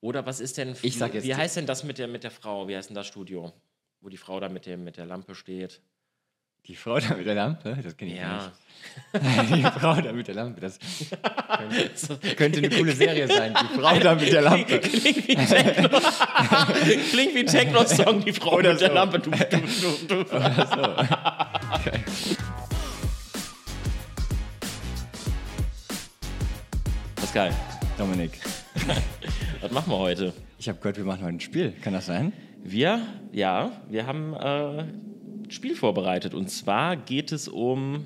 Oder was ist denn, Ich sag jetzt- wie heißt denn das mit der, mit der Frau? Wie heißt denn das Studio? Wo die Frau da mit, dem, mit der Lampe steht. Die Frau da mit der Lampe? Das kenne ich Ja. ja. nicht. Die Frau da mit der Lampe. Das könnte eine coole Serie sein. Die Frau da mit der Lampe. Also, Klingt wie ein Techno. Klingt wie ein Techno-Song, die Frau Oder mit der so. Lampe. Du, du, du, du. Das ist geil. Dominik, Was machen wir heute? ich habe gehört, wir machen heute ein Spiel. Kann das sein? Wir, ja, wir haben äh, ein Spiel vorbereitet. Und zwar geht es um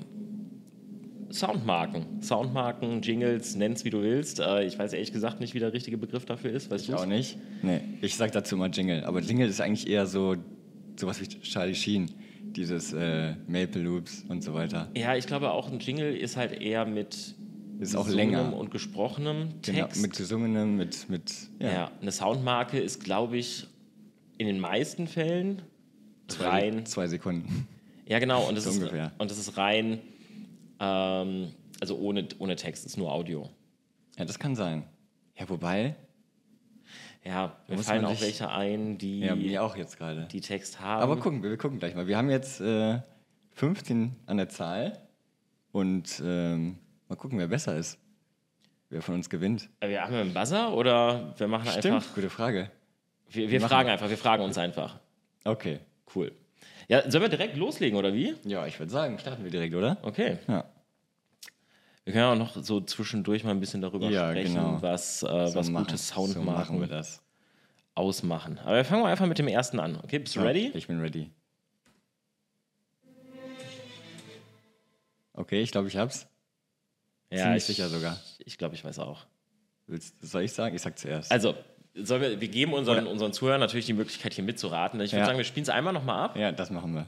Soundmarken. Soundmarken, Jingles, nenn's wie du willst. Äh, ich weiß ehrlich gesagt nicht, wie der richtige Begriff dafür ist. Weißt Ich auch du's? nicht. Nee, ich sag dazu mal Jingle. Aber Jingle ist eigentlich eher so sowas wie Charlie Sheen. Dieses äh, Maple Loops und so weiter. Ja, ich glaube auch, ein Jingle ist halt eher mit Ist auch gesungenem länger. und gesprochenem Genau, Text. mit gesungenem, mit, mit ja. eine Soundmarke ist, glaube ich, in den meisten Fällen zwei, rein. zwei Sekunden. Ja, genau. Und das, So ist, ungefähr. und das ist rein, ähm, also ohne, ohne Text, ist nur Audio. Ja, das kann sein. Ja, wobei, Ja, mir Muss fallen man auch sich- welche ein, die, ja, mir auch jetzt gerade. die Text haben. Aber gucken, wir wir gucken gleich mal. Wir haben jetzt äh, 15 an der Zahl und ähm, mal gucken, wer besser ist. Wer von uns gewinnt. Äh, wir haben einen Buzzer oder wir machen einfach. Gute Frage. Wir, wir machen- fragen einfach, wir fragen uns einfach. Okay. Cool. Ja, sollen wir direkt loslegen oder wie? Ja, ich würde sagen, starten wir direkt, oder? Okay. Ja. Wir können ja auch noch so zwischendurch mal ein bisschen darüber Ja, sprechen, genau. was, äh, was machen- gute so machen wir Soundmarken das. ausmachen. Aber wir fangen mal einfach mit dem ersten an. Okay, bist du ready? Ja, ich bin ready. Okay, ich glaube, ich hab's. ziemlich sicher sogar. Ich glaube, ich weiß auch. Willst, soll ich sagen? Ich sag zuerst. Also, sollen wir, wir geben unseren, unseren Zuhörern natürlich die Möglichkeit, hier mitzuraten. Ich würde Ja. sagen, wir spielen es einmal nochmal ab. Ja, das machen wir.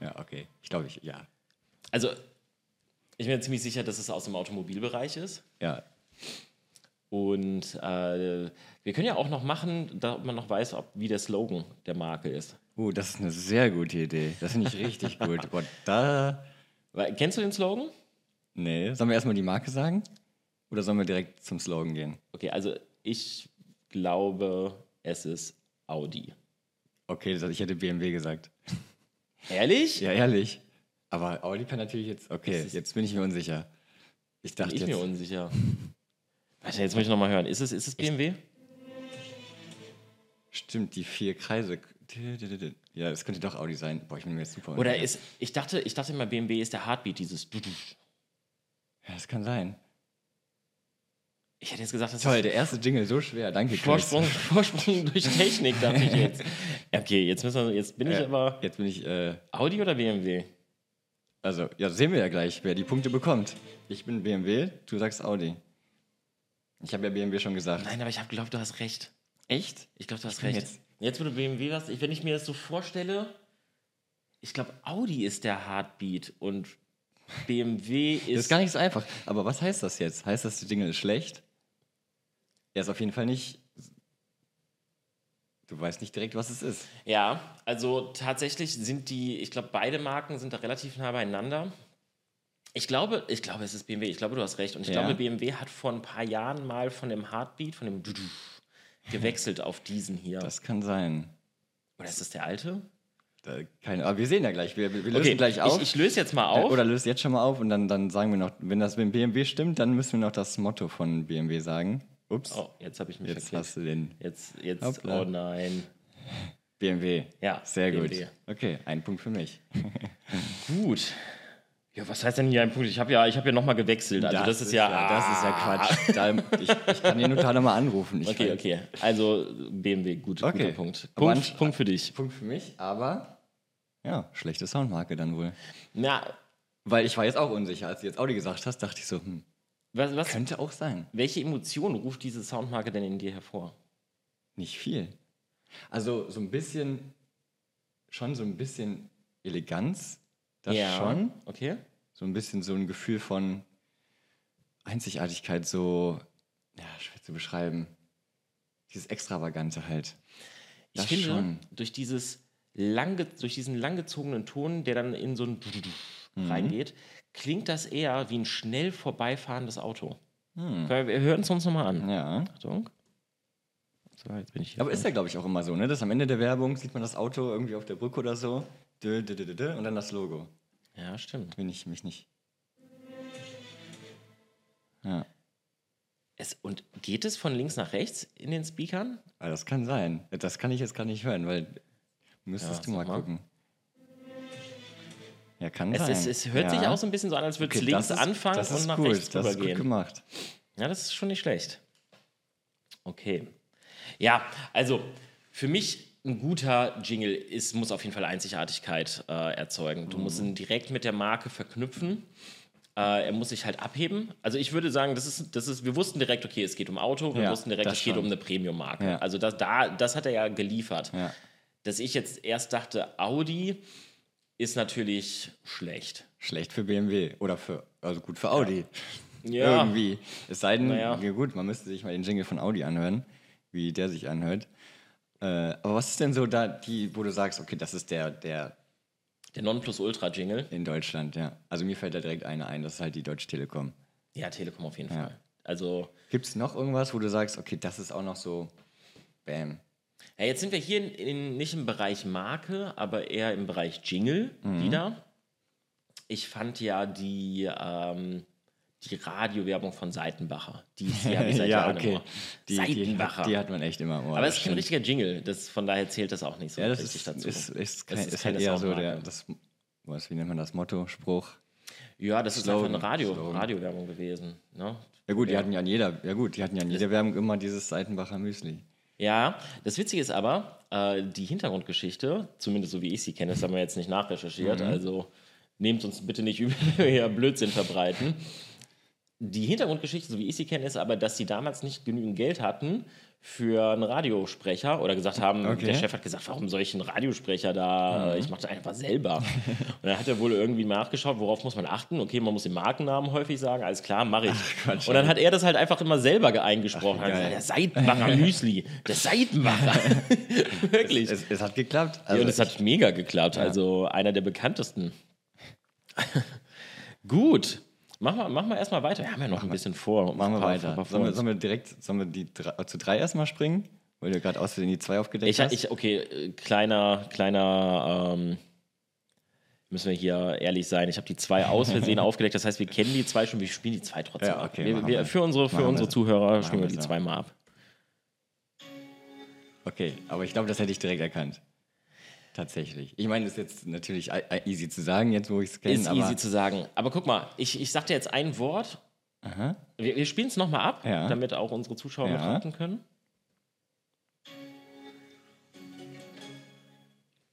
Ja, okay. Ich glaube, ich, ja. Also, ich bin mir ziemlich sicher, dass es aus dem Automobilbereich ist. Ja, Und äh, wir können ja auch noch machen, da man noch weiß, ob, wie der Slogan der Marke ist. Oh, das ist eine sehr gute Idee. Das finde ich richtig gut. Boah, da. Weil, kennst du den Slogan? Nee. Sollen wir erstmal die Marke sagen? Oder sollen wir direkt zum Slogan gehen? Okay, also ich glaube, es ist Audi. Okay, das, ich hätte BMW gesagt. Ehrlich? Ja, ehrlich. Aber Audi kann natürlich jetzt. Okay, Es ist- jetzt bin ich mir unsicher. Ich dachte Bin ich jetzt. mir unsicher. Warte, jetzt muss ich nochmal hören. Ist es, ist es BMW? Stimmt, die vier Kreise. Ja, das könnte doch Audi sein. Boah, ich bin mir jetzt super Oder unsicher. ist, ich dachte, ich dachte immer, BMW ist der Heartbeat, dieses. Ja, das kann sein. Ich hätte jetzt gesagt, das Toll, ist der erste Jingle so schwer. Danke, Chris. Vorsprung, Vorsprung durch Technik, dachte ich jetzt. Okay, jetzt müssen wir, jetzt bin ich Äh, aber. Jetzt bin ich. Äh, Audi oder BMW? also, ja, sehen wir ja gleich, wer die Punkte bekommt. Ich bin BMW, du sagst Audi. Ich habe ja BMW schon gesagt. Nein, aber ich habe geglaubt, du hast recht. Echt? Ich glaube, du hast bin recht. Jetzt, jetzt- wo du BMW hast, ich, wenn ich mir das so vorstelle, ich glaube, Audi ist der Heartbeat und BMW ist. Das ist gar nicht so einfach. Aber was heißt das jetzt? Heißt das, die Jingle ist schlecht? Er ist auf jeden Fall nicht. Du weißt nicht direkt, was es ist. ja, also tatsächlich sind die, ich glaube, beide Marken sind da relativ nah beieinander. Ich glaube, ich glaube, es ist BMW. Ich glaube, du hast recht. Und ich Ja. glaube, BMW hat vor ein paar Jahren mal von dem Heartbeat, von dem Dudu, gewechselt auf diesen hier. Das kann sein. Oder ist das der alte? Da, keine, aber wir sehen ja gleich. Wir, wir lösen gleich auf. ich, ich löse jetzt mal auf. Oder löst jetzt schon mal auf und dann, dann sagen wir noch, wenn das mit dem BMW stimmt, dann müssen wir noch das Motto von BMW sagen. Ups, oh, jetzt habe ich mich jetzt verklickt. hast du den Jetzt, jetzt, Hoppla. oh nein. BMW. Ja, Sehr BMW. gut. Okay, ein Punkt für mich. Gut. Ja, was heißt denn hier ein Punkt? Ich habe ja, ich hab ja nochmal gewechselt. Also das, ist ja. ah. Das ist ja Quatsch. Da, ich, ich kann den Notar nochmal anrufen. Ich Okay, weiß- okay. Also BMW, gut, Okay. guter Punkt. Aber Punkt, an- Punkt für dich. Punkt für mich, aber ja, schlechte Soundmarke dann wohl. Na, Weil ich war jetzt auch unsicher, als du jetzt Audi gesagt hast, dachte ich so, hm, was, was, könnte auch sein. welche Emotion ruft diese Soundmarke denn in dir hervor? Nicht viel. Also so ein bisschen, schon so ein bisschen Eleganz, das schon. Okay. So ein bisschen so ein Gefühl von Einzigartigkeit, so, ja, schwer zu beschreiben. Dieses Extravagante halt. Ich Das finde, schon. durch dieses lange, durch diesen langgezogenen Ton, der dann Mhm. in so ein reingeht, klingt das eher wie ein schnell vorbeifahrendes Auto. Wir, wir hören es uns nochmal an. Ja. Achtung. So, jetzt bin ich hier. Aber ist ja, glaube ich, auch immer so, ne? Dass am Ende der Werbung sieht man das Auto irgendwie auf der Brücke oder so. Dö, dö, dö, dö, dö, und dann das Logo. ja, stimmt. Wenn ich mich nicht. Ja. Es, und geht es von links nach rechts in den Speakern? Aber Ah, das kann sein. Das kann ich jetzt gar nicht hören, weil müsstest Ja, du mal sag mal. gucken. Ja, kann Es, sein. es, es hört sich Ja. auch so ein bisschen so an, als würde Okay, es links das ist- anfangen das ist und nach gut, rechts Das ist gut rübergehen. gemacht. Ja, das ist schon nicht schlecht. Okay. Ja, also für mich ein guter Jingle ist, muss auf jeden Fall Einzigartigkeit äh, erzeugen. Du Mhm. musst ihn direkt mit der Marke verknüpfen. Äh, er muss sich halt abheben. Also ich würde sagen, das ist, das ist, wir wussten direkt, okay, es geht um Auto, wir Ja, wussten direkt, das es geht schon. um eine Premium-Marke. Ja. Also das, da, das hat er ja geliefert. Ja. Dass ich jetzt erst dachte, Audi ist natürlich schlecht. Schlecht für BMW oder für, also gut für Audi. Ja. Irgendwie. Es sei denn, Naja. ja gut, man müsste sich mal den Jingle von Audi anhören, wie der sich anhört. Äh, aber was ist denn so da, die, wo du sagst, okay, das ist der, der Der Nonplusultra-Jingle. in Deutschland, ja. Also mir fällt da direkt eine ein, das ist halt die Deutsche Telekom. Ja, Telekom auf jeden Ja. Fall. Also Gibt es noch irgendwas, wo du sagst, okay, das ist auch noch so, bam. Ja, jetzt sind wir hier in, in, nicht im Bereich Marke, aber eher im Bereich Jingle Mhm. wieder. Ich fand ja die, ähm, die Radiowerbung von Seitenbacher. Die, die habe ich seit Jahren im Ohr. Die, die, Seitenbacher. die hat man echt immer im Ohr. aber das es ist kein stimmt. richtiger Jingle, das, von daher zählt das auch nicht so Ja, das richtig ist, dazu. ist, ist, kein, Das ist, ist halt keine eher so der, Soundmarke. das, was, wie nennt man das Motto, Spruch? ja, das ist einfach Slogan, eine Radio, Slogan. Radiowerbung gewesen. Ne? Ja gut, die hatten ja in jeder, ja gut, die hatten ja in jeder Werbung immer dieses Seitenbacher Müsli. Ja, das Witzige ist aber, äh, die Hintergrundgeschichte, zumindest so wie ich sie kenne, das haben wir jetzt nicht nachrecherchiert, Mhm. also nehmt uns bitte nicht übel, wenn wir hier Blödsinn verbreiten. Die Hintergrundgeschichte, so wie ich sie kenne, ist aber, dass sie damals nicht genügend Geld hatten für einen Radiosprecher oder gesagt haben, Okay. Mhm. der Chef hat gesagt, warum soll ich einen Radiosprecher da? Ich mache das einfach selber. Und dann hat er wohl irgendwie nachgeschaut, worauf muss man achten? Okay, man muss den Markennamen häufig sagen, alles klar, mache ich. Quatsch. Und dann hat er das halt einfach immer selber ge- eingesprochen. Ach, Hat gesagt, geil. der Seitenbacher Müsli, der Seitenbacher. Wirklich. Es, es hat geklappt. ja, Also, und es hat mega geklappt. Also einer der bekanntesten. Gut. Mach mal, mach mal erstmal weiter. Wir haben ja noch ein bisschen vor. machen wir Ein paar- weiter. ein paar vor sollen, wir, uns. sollen wir direkt, sollen wir die drei, äh, zu drei erstmal springen? Weil du gerade aus Versehen die zwei aufgedeckt Ich, hast. ich, okay, äh, kleiner, kleiner, ähm, müssen wir hier ehrlich sein. Ich habe die zwei aus Versehen aufgedeckt. Das heißt, wir kennen die zwei schon, wir spielen die zwei trotzdem. Ja, ab. okay, wir, machen wir, wir. für unsere, für Machen wir unsere so. Zuhörer Machen spielen wir wir die so. zweimal ab. okay, aber ich glaube, das hätte ich direkt erkannt. Tatsächlich. Ich meine, das ist jetzt natürlich e- e- easy zu sagen, jetzt wo ich es kenne, Ist aber easy zu sagen. Aber guck mal, ich, ich sag dir jetzt ein Wort. Aha. Wir, wir spielen es nochmal ab, Ja. damit auch unsere Zuschauer Ja. mitraten können.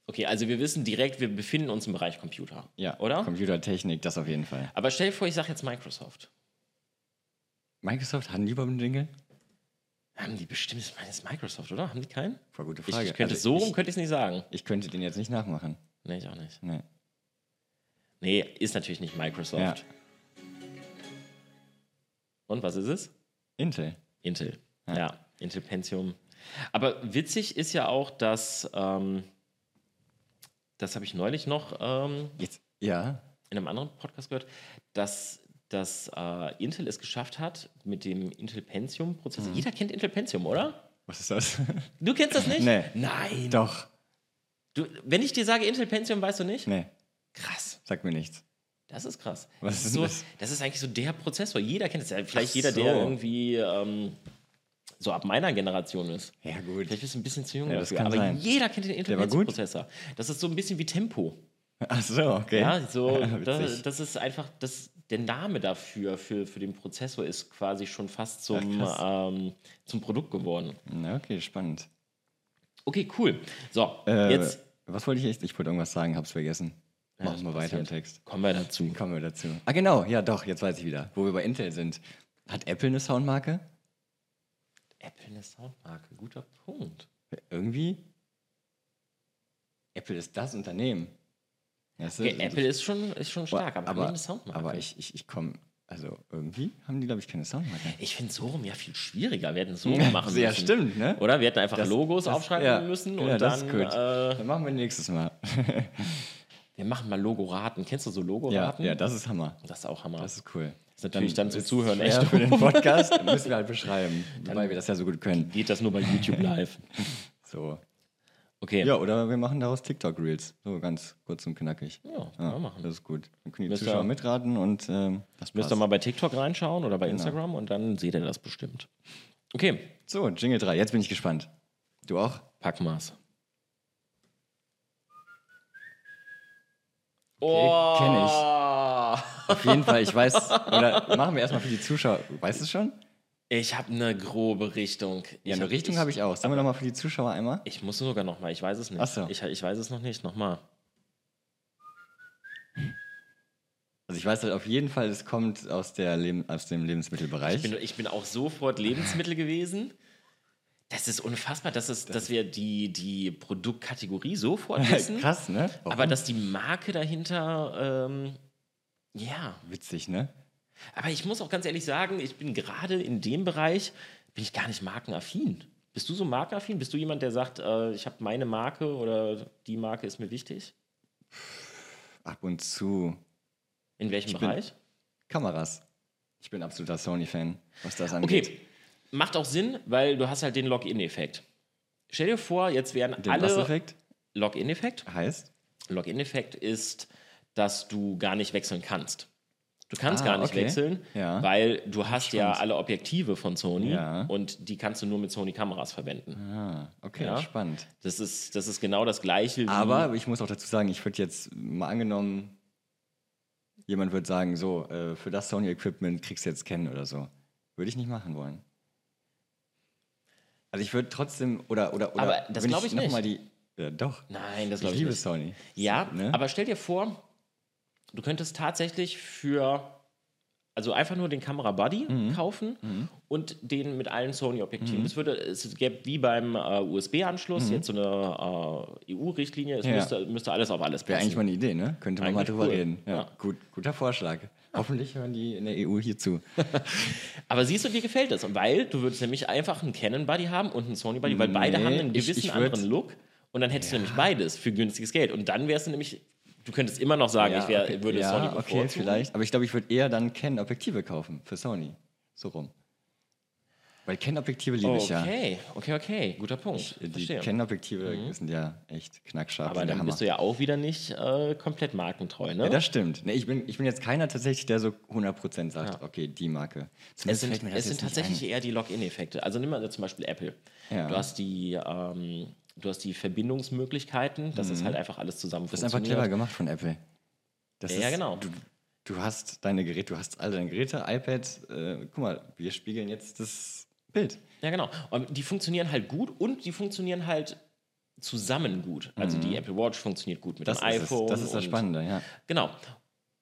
Okay, also wir wissen direkt, wir befinden uns im Bereich Computer. ja, Oder? Computertechnik, das auf jeden Fall. Aber stell dir vor, ich sage jetzt Microsoft. Microsoft hatten die überhaupt einen Jingle? Haben die bestimmt, ich meine, das ist Microsoft, oder? Haben die keinen? Voll gute Ich, Frage. ich könnte es Also so rum ich, könnte ich es nicht sagen. ich könnte den jetzt nicht nachmachen. Nee, ich auch nicht. Nee. Nee, ist natürlich nicht Microsoft. Ja. Und was ist es? Intel. Intel. Ja. Intel Pentium. Aber witzig ist ja auch, dass, ähm, das habe ich neulich noch ähm, Jetzt. Ja. in einem anderen Podcast gehört, dass, dass äh, Intel es geschafft hat mit dem Intel Pentium Prozessor. Mhm. Jeder kennt Intel Pentium, oder? Was ist das? Du kennst das nicht? Nee. Nein. Doch. Du, wenn ich dir sage Intel Pentium, weißt du nicht? Nee, Krass. sag mir nichts. Das ist krass. Was das ist so, denn das? Das ist eigentlich so der Prozessor. Jeder kennt es. Ja, Vielleicht Ach jeder, der so. irgendwie ähm, so ab meiner Generation ist. Ja, gut. Vielleicht bist du ein bisschen zu jung Ja, das dafür. kann Aber sein. jeder kennt den Intel Der war Pentium gut. Prozessor. Das ist so ein bisschen wie Tempo. Ach so, okay. Ja, so, das, Witzig. das ist einfach, das, der Name dafür, für, für den Prozessor ist quasi schon fast zum, Ach, ähm, zum Produkt geworden. Na, okay, spannend. Okay, cool. So, Äh, jetzt Was wollte ich echt? Ich wollte irgendwas sagen, hab's vergessen. das Machen wir weiter im passiert. Text. kommen wir dazu. Kommen wir dazu. Ah, genau, ja doch, jetzt weiß ich wieder, wo wir bei Intel sind. Hat Apple eine Soundmarke? Apple eine Soundmarke, guter Punkt. Irgendwie? Apple ist das Unternehmen. Weißt du? Okay, Apple ist schon, ist schon stark, aber, aber Äh, aber, eine Soundmarke. aber ich, ich, ich komme, also irgendwie haben die, glaube ich, keine Soundmarke. ich finde so rum ja viel schwieriger. Wir hätten so rum machen ja, müssen. stimmt, ne? Oder? Wir hätten einfach Das- Logos das- aufschreiben ja. müssen Ja, und das dann. ist gut. Äh, Dann machen wir nächstes Mal. Wir machen mal Logoraten. Kennst du so Ja, Logoraten? ja, das ist Hammer. Das ist auch Hammer. Das ist cool. Ist natürlich dann zum ist Zuhören schwer echt Für den Podcast müssen wir halt beschreiben, weil wir das ja so gut können. Geht das nur bei YouTube live? So. Okay. Ja, oder wir machen daraus TikTok-Reels. So ganz kurz und knackig. Ja, können wir machen. Das ist gut. Dann können die Müsst Zuschauer ihr- mitraten und ähm, das Müsst ihr mal bei TikTok reinschauen oder bei Genau. Instagram und dann seht ihr das bestimmt. Okay, So, Jingle 3. Jetzt bin ich gespannt. Du auch? Packmaß. kenn Oh. Auf jeden Fall, ich weiß. Oder machen wir erstmal für die Zuschauer. Weißt du schon? ich. Ich habe eine grobe Richtung. Ja, eine Richtung habe ich auch. Sagen wir nochmal für die Zuschauer einmal. Ich muss sogar noch mal. Ich weiß es nicht. Ach so. ich, ich weiß es noch nicht. Noch mal. Also ich weiß halt auf jeden Fall, es kommt aus, der Leben, aus dem Lebensmittelbereich. Ich bin, ich bin auch sofort Lebensmittel gewesen. Das ist unfassbar, dass, es, dass wir die, die Produktkategorie sofort wissen. Krass, ne? Warum? Aber dass die Marke dahinter, ähm, ja. Witzig, ne? Aber ich muss auch ganz ehrlich sagen, ich bin gerade in dem Bereich, bin ich gar nicht markenaffin. Bist du so markenaffin? Bist du jemand, der sagt, äh, ich habe meine Marke oder die Marke ist mir wichtig? Ab und zu. In welchem Ich bin- Bereich? Kameras. Ich bin absoluter Sony-Fan, was das angeht. Okay, macht auch Sinn, weil du hast halt den Login-Effekt. Stell dir vor, jetzt wären Den alle... Bass-Effekt Login-Effekt? heißt? Login-Effekt ist, dass du gar nicht wechseln kannst. Du kannst Ah, gar nicht okay. wechseln, Ja. weil du hast ja Spannend. alle Objektive von Sony Ja. und die kannst du nur mit Sony-Kameras verwenden. Ah, okay, Ja. spannend. Das ist, das ist genau das Gleiche wie. Aber ich muss auch dazu sagen, ich würde jetzt mal angenommen, jemand würde sagen, so, äh, für das Sony-Equipment kriegst du jetzt Canon oder so. Würde ich nicht machen wollen. Also ich würde trotzdem, oder, oder, oder Aber das wenn glaub ich noch nicht. Mal die, ja, doch, Nein, das ich glaube ich liebe nicht. Sony. Ja, Ne? aber stell dir vor, du könntest tatsächlich für. Also einfach nur den Kamera-Buddy Mhm. kaufen und den mit allen Sony-Objektiven. Es würde, es gäbe wie beim äh, USB-Anschluss jetzt so eine äh, EU-Richtlinie, es Mhm. Ja. müsste, müsste alles auf alles Wäre passen. eigentlich mal eine Idee, ne? Könnte man mal Eigentlich drüber cool. reden. Ja, Ja. Gut, guter Vorschlag. Hoffentlich hören die in der EU hier zu. Aber siehst du, dir gefällt das. Und weil du würdest nämlich einfach einen Canon Buddy haben und einen Sony Buddy, weil beide Nee, haben einen ich- gewissen ich würd- anderen Look und dann hättest du nämlich beides für günstiges Geld. Und dann wärst du nämlich, du könntest immer noch sagen, ich wär, würde ja, Sony okay, bevorzugen. vielleicht. Aber ich glaube, ich würde eher dann Canon-Objektive kaufen für Sony. So rum. Weil Canon-Objektive liebe ich ja. Okay, okay, okay, guter Punkt. äh, Die Verstehe. Mhm. Canon-Objektive sind ja echt knackscharf. Aber sind der dann bist du ja auch wieder nicht äh, komplett markentreu, ne? ja, das stimmt. Nee, ich, bin, ich bin jetzt keiner tatsächlich, der so 100% sagt, okay, die Marke. es Zumindest sind, fällt mir das es sind jetzt nicht ein. tatsächlich eher die Login-Effekte. Also nimm mal zum Beispiel Apple. Ja. Du hast die, ähm, du hast die Verbindungsmöglichkeiten, dass es halt einfach alles zusammen Mhm. Das ist einfach funktioniert. clever gemacht von Apple. Das Ja, ja, genau. Du, du hast deine Geräte, du hast alle deine Geräte, iPad. Äh, guck mal, wir spiegeln jetzt das Bild. Ja, genau. Und die funktionieren halt gut und die funktionieren halt zusammen gut. Also die Apple Watch funktioniert gut mit Mhm. Das dem ist iPhone. es. Das ist das und- Spannende, ja. Genau.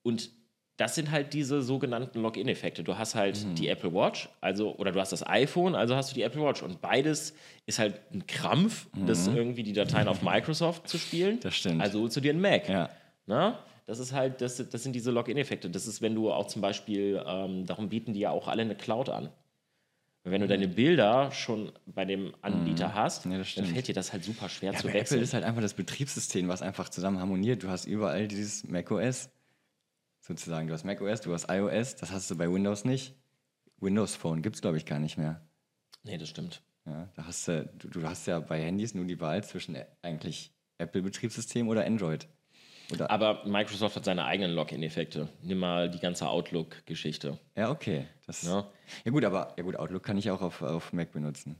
Und das sind halt diese sogenannten Login-Effekte. Du hast halt Mhm. die Apple Watch, also, oder du hast das iPhone, also hast du die Apple Watch. Und beides ist halt ein Krampf, das irgendwie die Dateien auf Microsoft zu spielen. Mhm. Das stimmt. Also holst du dir einen Mac. Ja. Na? Das ist halt, das, das sind diese Login-Effekte. Das ist, wenn du auch zum Beispiel, ähm, darum bieten die ja auch alle eine Cloud an. Und Wenn du deine Bilder schon bei dem Anbieter hast, Mhm. Ja, das dann stimmt. fällt dir das halt super schwer Ja, zu bei Apple wechseln. ist halt einfach das Betriebssystem, was einfach zusammen harmoniert. Du hast überall dieses macOS sozusagen. Du hast macOS, du hast iOS, das hast du bei Windows nicht. Windows Phone gibt es, glaube ich, gar nicht mehr. nee, das stimmt. Ja, da hast du, du, du hast ja bei Handys nur die Wahl zwischen ä- eigentlich Apple-Betriebssystem oder Android. Oder, Aber Microsoft hat seine eigenen Login-Effekte. Nimm mal die ganze Outlook-Geschichte. ja, okay. Das, ja. Ja. gut, aber ja gut, Outlook kann ich auch auf, auf Mac benutzen.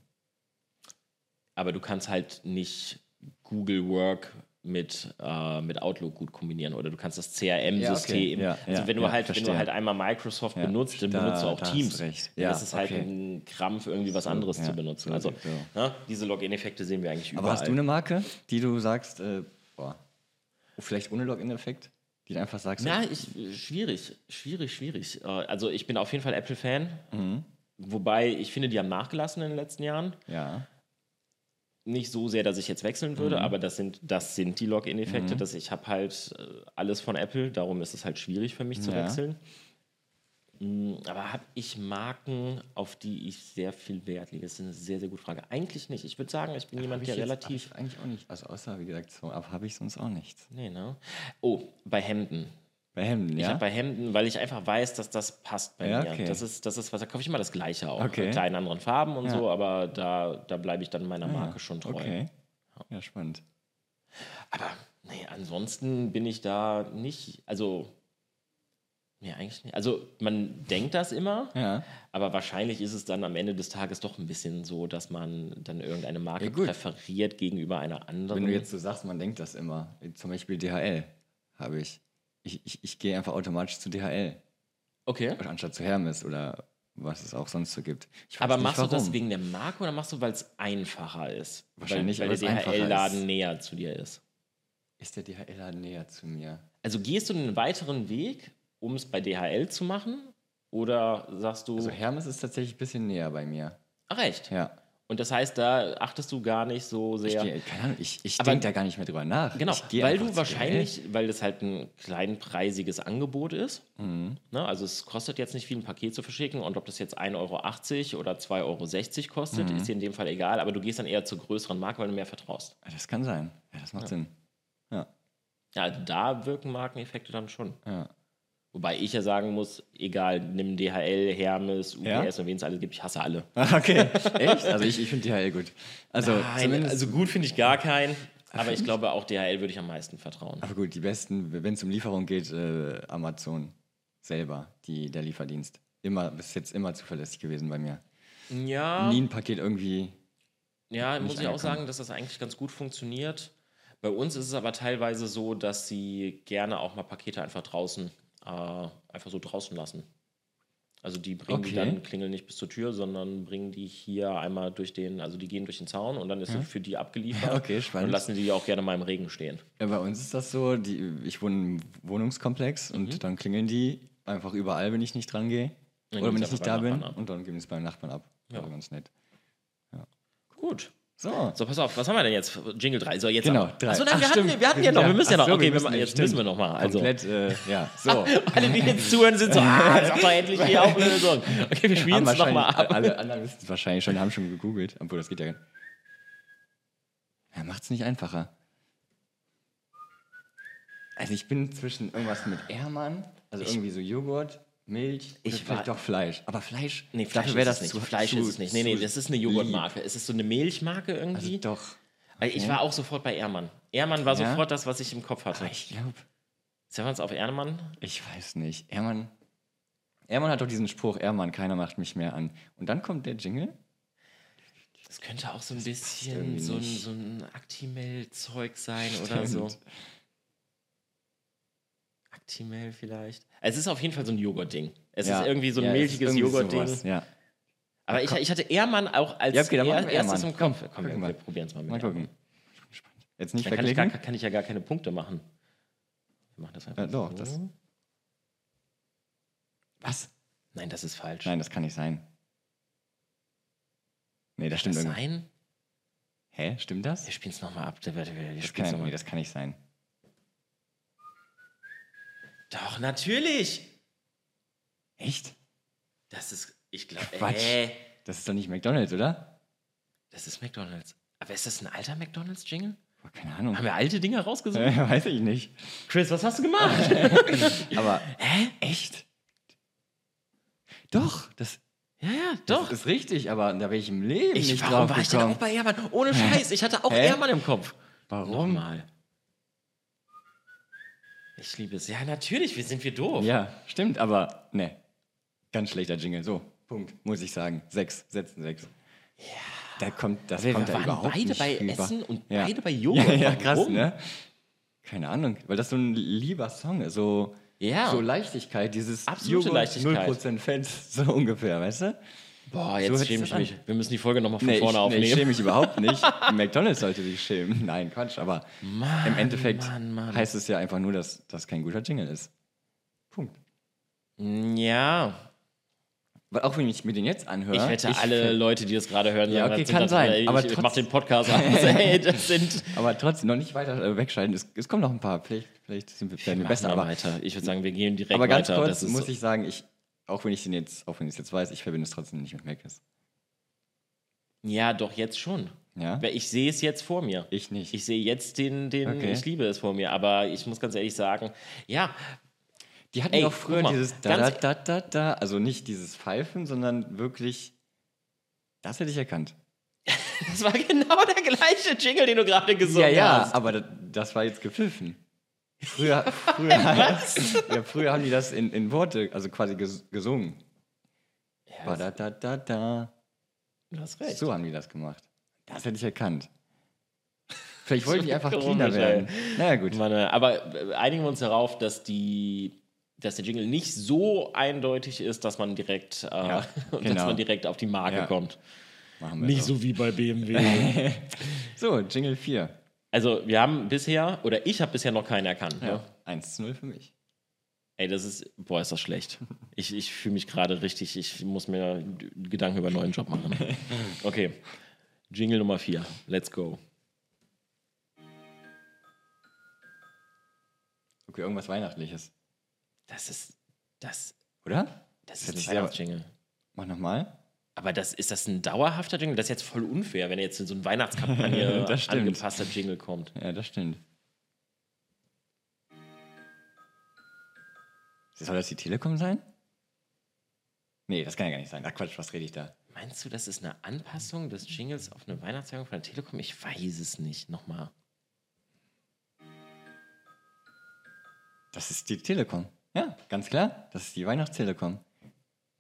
Aber du kannst halt nicht Google Work mit, äh, mit Outlook gut kombinieren oder du kannst das CRM-System. Ja, okay. Ja, also ja, wenn, du ja, halt, wenn verstehe. du halt einmal Microsoft benutzt, dann da- benutzt du auch da hast Teams. du recht. Ja, Ja, das ist halt okay. ein Krampf, irgendwie was anderes ja, zu benutzen. so Also sieht's aus. ne, diese Login-Effekte sehen wir eigentlich überall. Aber hast du eine Marke, die du sagst, äh, boah, vielleicht ohne Login-Effekt, die du einfach sagst, Ja, ich, schwierig, schwierig, schwierig. Äh, Also ich bin auf jeden Fall Apple-Fan. Mhm. Wobei ich finde, die haben nachgelassen in den letzten Jahren. ja. Nicht so sehr, dass ich jetzt wechseln würde, Mhm. aber das sind, das sind die Login-Effekte. dass Ich habe halt äh, alles von Apple, darum ist es halt schwierig für mich zu Ja. wechseln. Mm, Aber habe ich Marken, auf die ich sehr viel Wert lege? Das ist eine sehr, sehr gute Frage. Eigentlich nicht. Ich würde sagen, ich bin jemand, Hab ich der jetzt- relativ. hab ich eigentlich auch nicht. Also außer, wie gesagt, so ab habe ich sonst auch nichts. Nee, ne? Oh, bei Hemden. Bei Hemden, Ich ja? habe bei Hemden, weil ich einfach weiß, dass das passt bei Ja, mir. okay. Das ist, das ist was, da kaufe ich immer das Gleiche auch. Okay. Klar in anderen Farben und Ja. so, aber da, da bleibe ich dann meiner Ah, Marke schon treu. Okay. Ja, spannend. Aber nee, ansonsten bin ich da nicht, also, nee, eigentlich nicht. Also, man denkt das immer, Ja. aber wahrscheinlich ist es dann am Ende des Tages doch ein bisschen so, dass man dann irgendeine Marke Ja, gut. präferiert gegenüber einer anderen. Wenn du jetzt so sagst, man denkt das immer. Zum Beispiel DHL habe ich. Ich, ich, ich gehe einfach automatisch zu DHL, okay. anstatt zu Hermes oder was es auch sonst so gibt. Ich weiß Aber nicht, machst du das warum. wegen der Marke oder machst du, weil es einfacher ist? Wahrscheinlich, weil, weil weil es der einfacher DHL-Laden ist. näher zu dir ist. Ist der DHL-Laden halt näher zu mir? Also gehst du einen weiteren Weg, um es bei DHL zu machen? Oder sagst du, Also Hermes ist tatsächlich ein bisschen näher bei mir. ach echt? Ja. Und das heißt, da achtest du gar nicht so Ich sehr. gehe, keine Ahnung, ich, ich Aber- denke da gar nicht mehr drüber nach. Genau, ich gehe weil einfach du zu wahrscheinlich, weil das halt ein kleinpreisiges Angebot ist, DHL. Mhm. ne? also es kostet jetzt nicht viel, ein Paket zu verschicken und ob das jetzt 1,80 Euro oder 2,60 Euro Mhm. kostet, ist dir in dem Fall egal, aber du gehst dann eher zur größeren Marke, weil du mehr vertraust. Das kann sein. Ja, das macht Sinn. Ja. Ja, also da wirken Markeneffekte dann schon. ja. Wobei ich ja sagen muss, egal, nimm DHL, Hermes, UPS Ja? und wen es alles gibt, ich hasse alle. Ah, Okay, echt? Also ich, ich finde DHL gut. Also Nein, zumindest. also gut finde ich gar keinen, aber ich glaube auch DHL würde ich am meisten vertrauen. aber gut, die besten, wenn es um Lieferung geht, äh, Amazon selber, die, der Lieferdienst. Immer, bis jetzt immer zuverlässig gewesen bei mir. Ja, Nie ein Paket irgendwie. ja muss ich auch angekommen. sagen, dass das eigentlich ganz gut funktioniert. Bei uns ist es aber teilweise so, dass sie gerne auch mal Pakete einfach draußen, äh, einfach so draußen lassen. Also die bringen die Okay. dann, klingeln nicht bis zur Tür, sondern bringen die hier einmal durch den, also die gehen durch den Zaun und dann ist sie für die abgeliefert Hm. Okay, und spannend. lassen die auch gerne mal im Regen stehen. Ja, bei uns ist das so, die, ich wohne im Wohnungskomplex Mhm. und dann klingeln die einfach überall, wenn ich nicht dran gehe. Dann Oder geben sie wenn ich nicht da einfach beim bin. Nachbarn ab. Und dann geben sie es beim Nachbarn ab. Ja. Ja. Ganz nett. Gut. So. So, pass auf, was haben wir denn jetzt? Jingle 3. So, jetzt Genau, aber- drei. Achso, nein, wir, Ach, hatten, stimmt. wir hatten ja noch, wir müssen ja noch. Ach so, okay, wir wir müssen ma- ja, jetzt stimmt. müssen wir noch mal. Also, Komplett, äh, ja, so. alle, die jetzt zuhören, sind so, ah, sag doch endlich die Auflösung. Okay, wir spielen Haben es wahrscheinlich- nochmal ab. Alle anderen wissen es wahrscheinlich schon, haben schon gegoogelt. Obwohl, das geht ja. Ja, macht's nicht einfacher. Also ich bin zwischen irgendwas mit Ehrmann, also irgendwie so Joghurt, Milch, oder Ich vielleicht war- doch Fleisch. Aber Fleisch, Nee, Fleisch dafür ist wäre das nicht. Fleisch ist es nicht. Nee, nee, zu das ist eine lieb. Joghurtmarke. Es ist so eine Milchmarke irgendwie. Also doch. Weil Ich war auch sofort bei Ehrmann. Ehrmann war Ja? Ah, sofort das, was Ah, ich im Kopf hatte. Ich glaube, Sind wir uns auf Ehrmann? ich weiß nicht. Ehrmann, Ehrmann hat doch diesen Spruch, Ehrmann, keiner macht mich mehr an. Und dann kommt der Jingle. Das könnte auch so ein bisschen irgendwie so ein, nicht. so ein Actimel-Zeug sein oder so. Stimmt. Actimel vielleicht. Es ist auf jeden Fall so ein Joghurt-Ding. Es Ja. ist irgendwie so ein Ja, es ist milchiges irgendwie Joghurt-Ding. sowas, Ja. Aber ich, ich hatte Ehrmann auch als Ja, okay, dann machen er, wir erstes Ehrmann. im Kopf. Komm, Komm, gucken wir, wir. wir probieren es mal mit. Mal Ehrmann. gucken. Jetzt nicht Dann kann ich, gar, verklicken. kann ich ja gar keine Punkte machen. Wir machen das einfach. Äh, doch, so. das- Was? Nein, das ist falsch. Nein, das kann nicht sein. Nee, das kann stimmt das irgendwie. sein? Hä? Stimmt das? Wir spielen es nochmal ab. Wir, wir, wir Das spielen's kann, noch nee, mal. das kann nicht sein. Doch, natürlich. Echt? Das ist, ich glaube, Quatsch. äh, Das ist doch nicht McDonalds, oder? das ist McDonalds. Aber ist das ein alter McDonalds-Jingle? Boah, keine Ahnung. Haben wir alte Dinger rausgesucht? Äh, weiß ich nicht. Chris, was hast du gemacht? Aber. Hä? Echt? Doch, das, ja, ja, das doch. ist richtig, aber da wäre ich im Leben Ich, nicht warum drauf war ich denn gekommen. auch bei Ehrmann? Ohne Scheiß, ich hatte auch Hä? Ehrmann im Kopf. Warum? Nochmal. Ich liebe es. Ja, natürlich, wir sind wir doof. Ja, stimmt, aber ne. Ganz schlechter Jingle. So, Punkt. Muss ich sagen. Sechs, setzen sechs. Ja. Da kommt, das wir kommt da waren überhaupt beide nicht bei rüber. Essen und ja. beide bei Joghurt. Ja, ja krass, Warum? ne? Keine Ahnung, weil das so ein lieber Song ist. So, Ja. so Leichtigkeit, dieses Absolute Leichtigkeit. 0% Fett, so ungefähr, weißt du? Boah, So jetzt hört schäme sich ich das mich. Wir müssen die Folge nochmal von Nee, vorne ich, nee, ich aufnehmen. schäme mich überhaupt nicht. McDonalds sollte sich schämen. Nein, Quatsch, aber im Endeffekt Mann, Mann. heißt es ja einfach nur, dass das kein guter Jingle ist. Punkt. ja. Weil auch wenn ich mir den jetzt anhöre. Ich wette, alle find- Leute, die das gerade hören, Ja, sagen, okay, das kann das, sein, Ich, aber ich trotz- mach den Podcast an. Hey, das sind. Aber trotzdem, noch nicht weiter äh, wegschalten. Es, es kommen noch ein paar. Vielleicht, vielleicht sind wir, werden wir Machen besser. wir Aber, weiter. Ich würde sagen, wir gehen direkt aber ganz weiter. kurz muss ich sagen, ich, auch wenn ich den jetzt, auch wenn ich es jetzt weiß, ich verbinde es trotzdem nicht mit Macis. Ja, doch, jetzt schon. Ja? Weil ich sehe es jetzt vor mir. Ich nicht. Ich sehe jetzt den, den Okay. ich liebe es vor mir, aber ich muss ganz ehrlich sagen, ja, Die hatten Ey, ja auch früher guck mal, dieses da, da, ganz- da, da, da, also nicht dieses Pfeifen, sondern wirklich, das hätte ich erkannt. das war genau der gleiche Jingle, den du gerade ja, gesungen ja, hast. aber das, das war jetzt gepfiffen. Früher, früher, ja, früher haben die das in, in Worte, also quasi ges, gesungen. Ja, Ba, da, da, da, da. du hast recht. So haben die das gemacht. Das hätte ich erkannt. Vielleicht wollten die einfach Komisch, cleaner ey. werden. Naja, gut. Manuel, aber äh, einigen wir uns darauf, dass die dass der Jingle nicht so eindeutig ist, dass man direkt, äh, dass genau. man direkt auf die Marke Ja. kommt. Machen wir so wie bei BMW. So, Jingle 4. also wir haben bisher, oder ich habe bisher noch keinen erkannt. Ne? Ja. 1 zu 0 für mich. Ey, das ist, boah, ist das schlecht. Ich, ich fühle mich gerade richtig, ich muss mir d- Gedanken über einen neuen Job machen. Okay, Jingle Nummer 4, let's go. Okay, irgendwas Weihnachtliches. Das ist, das, Oder? das Hätte ich ist ein selber- Weihnachtsjingle. Mach nochmal. Aber das, ist das ein dauerhafter Jingle? Das ist jetzt voll unfair, wenn jetzt in so ein Weihnachtskampagne Das stimmt. angepasster Jingle kommt. Ja, das stimmt. Soll das die Telekom sein? Nee, das kann ja gar nicht sein. Ach Quatsch, was rede ich da? Meinst du, das ist eine Anpassung des Jingles auf eine Weihnachtswerbung von der Telekom? Ich weiß es nicht. Nochmal. Das ist die Telekom. Ja, ganz klar. Das ist die Weihnachtstelekom.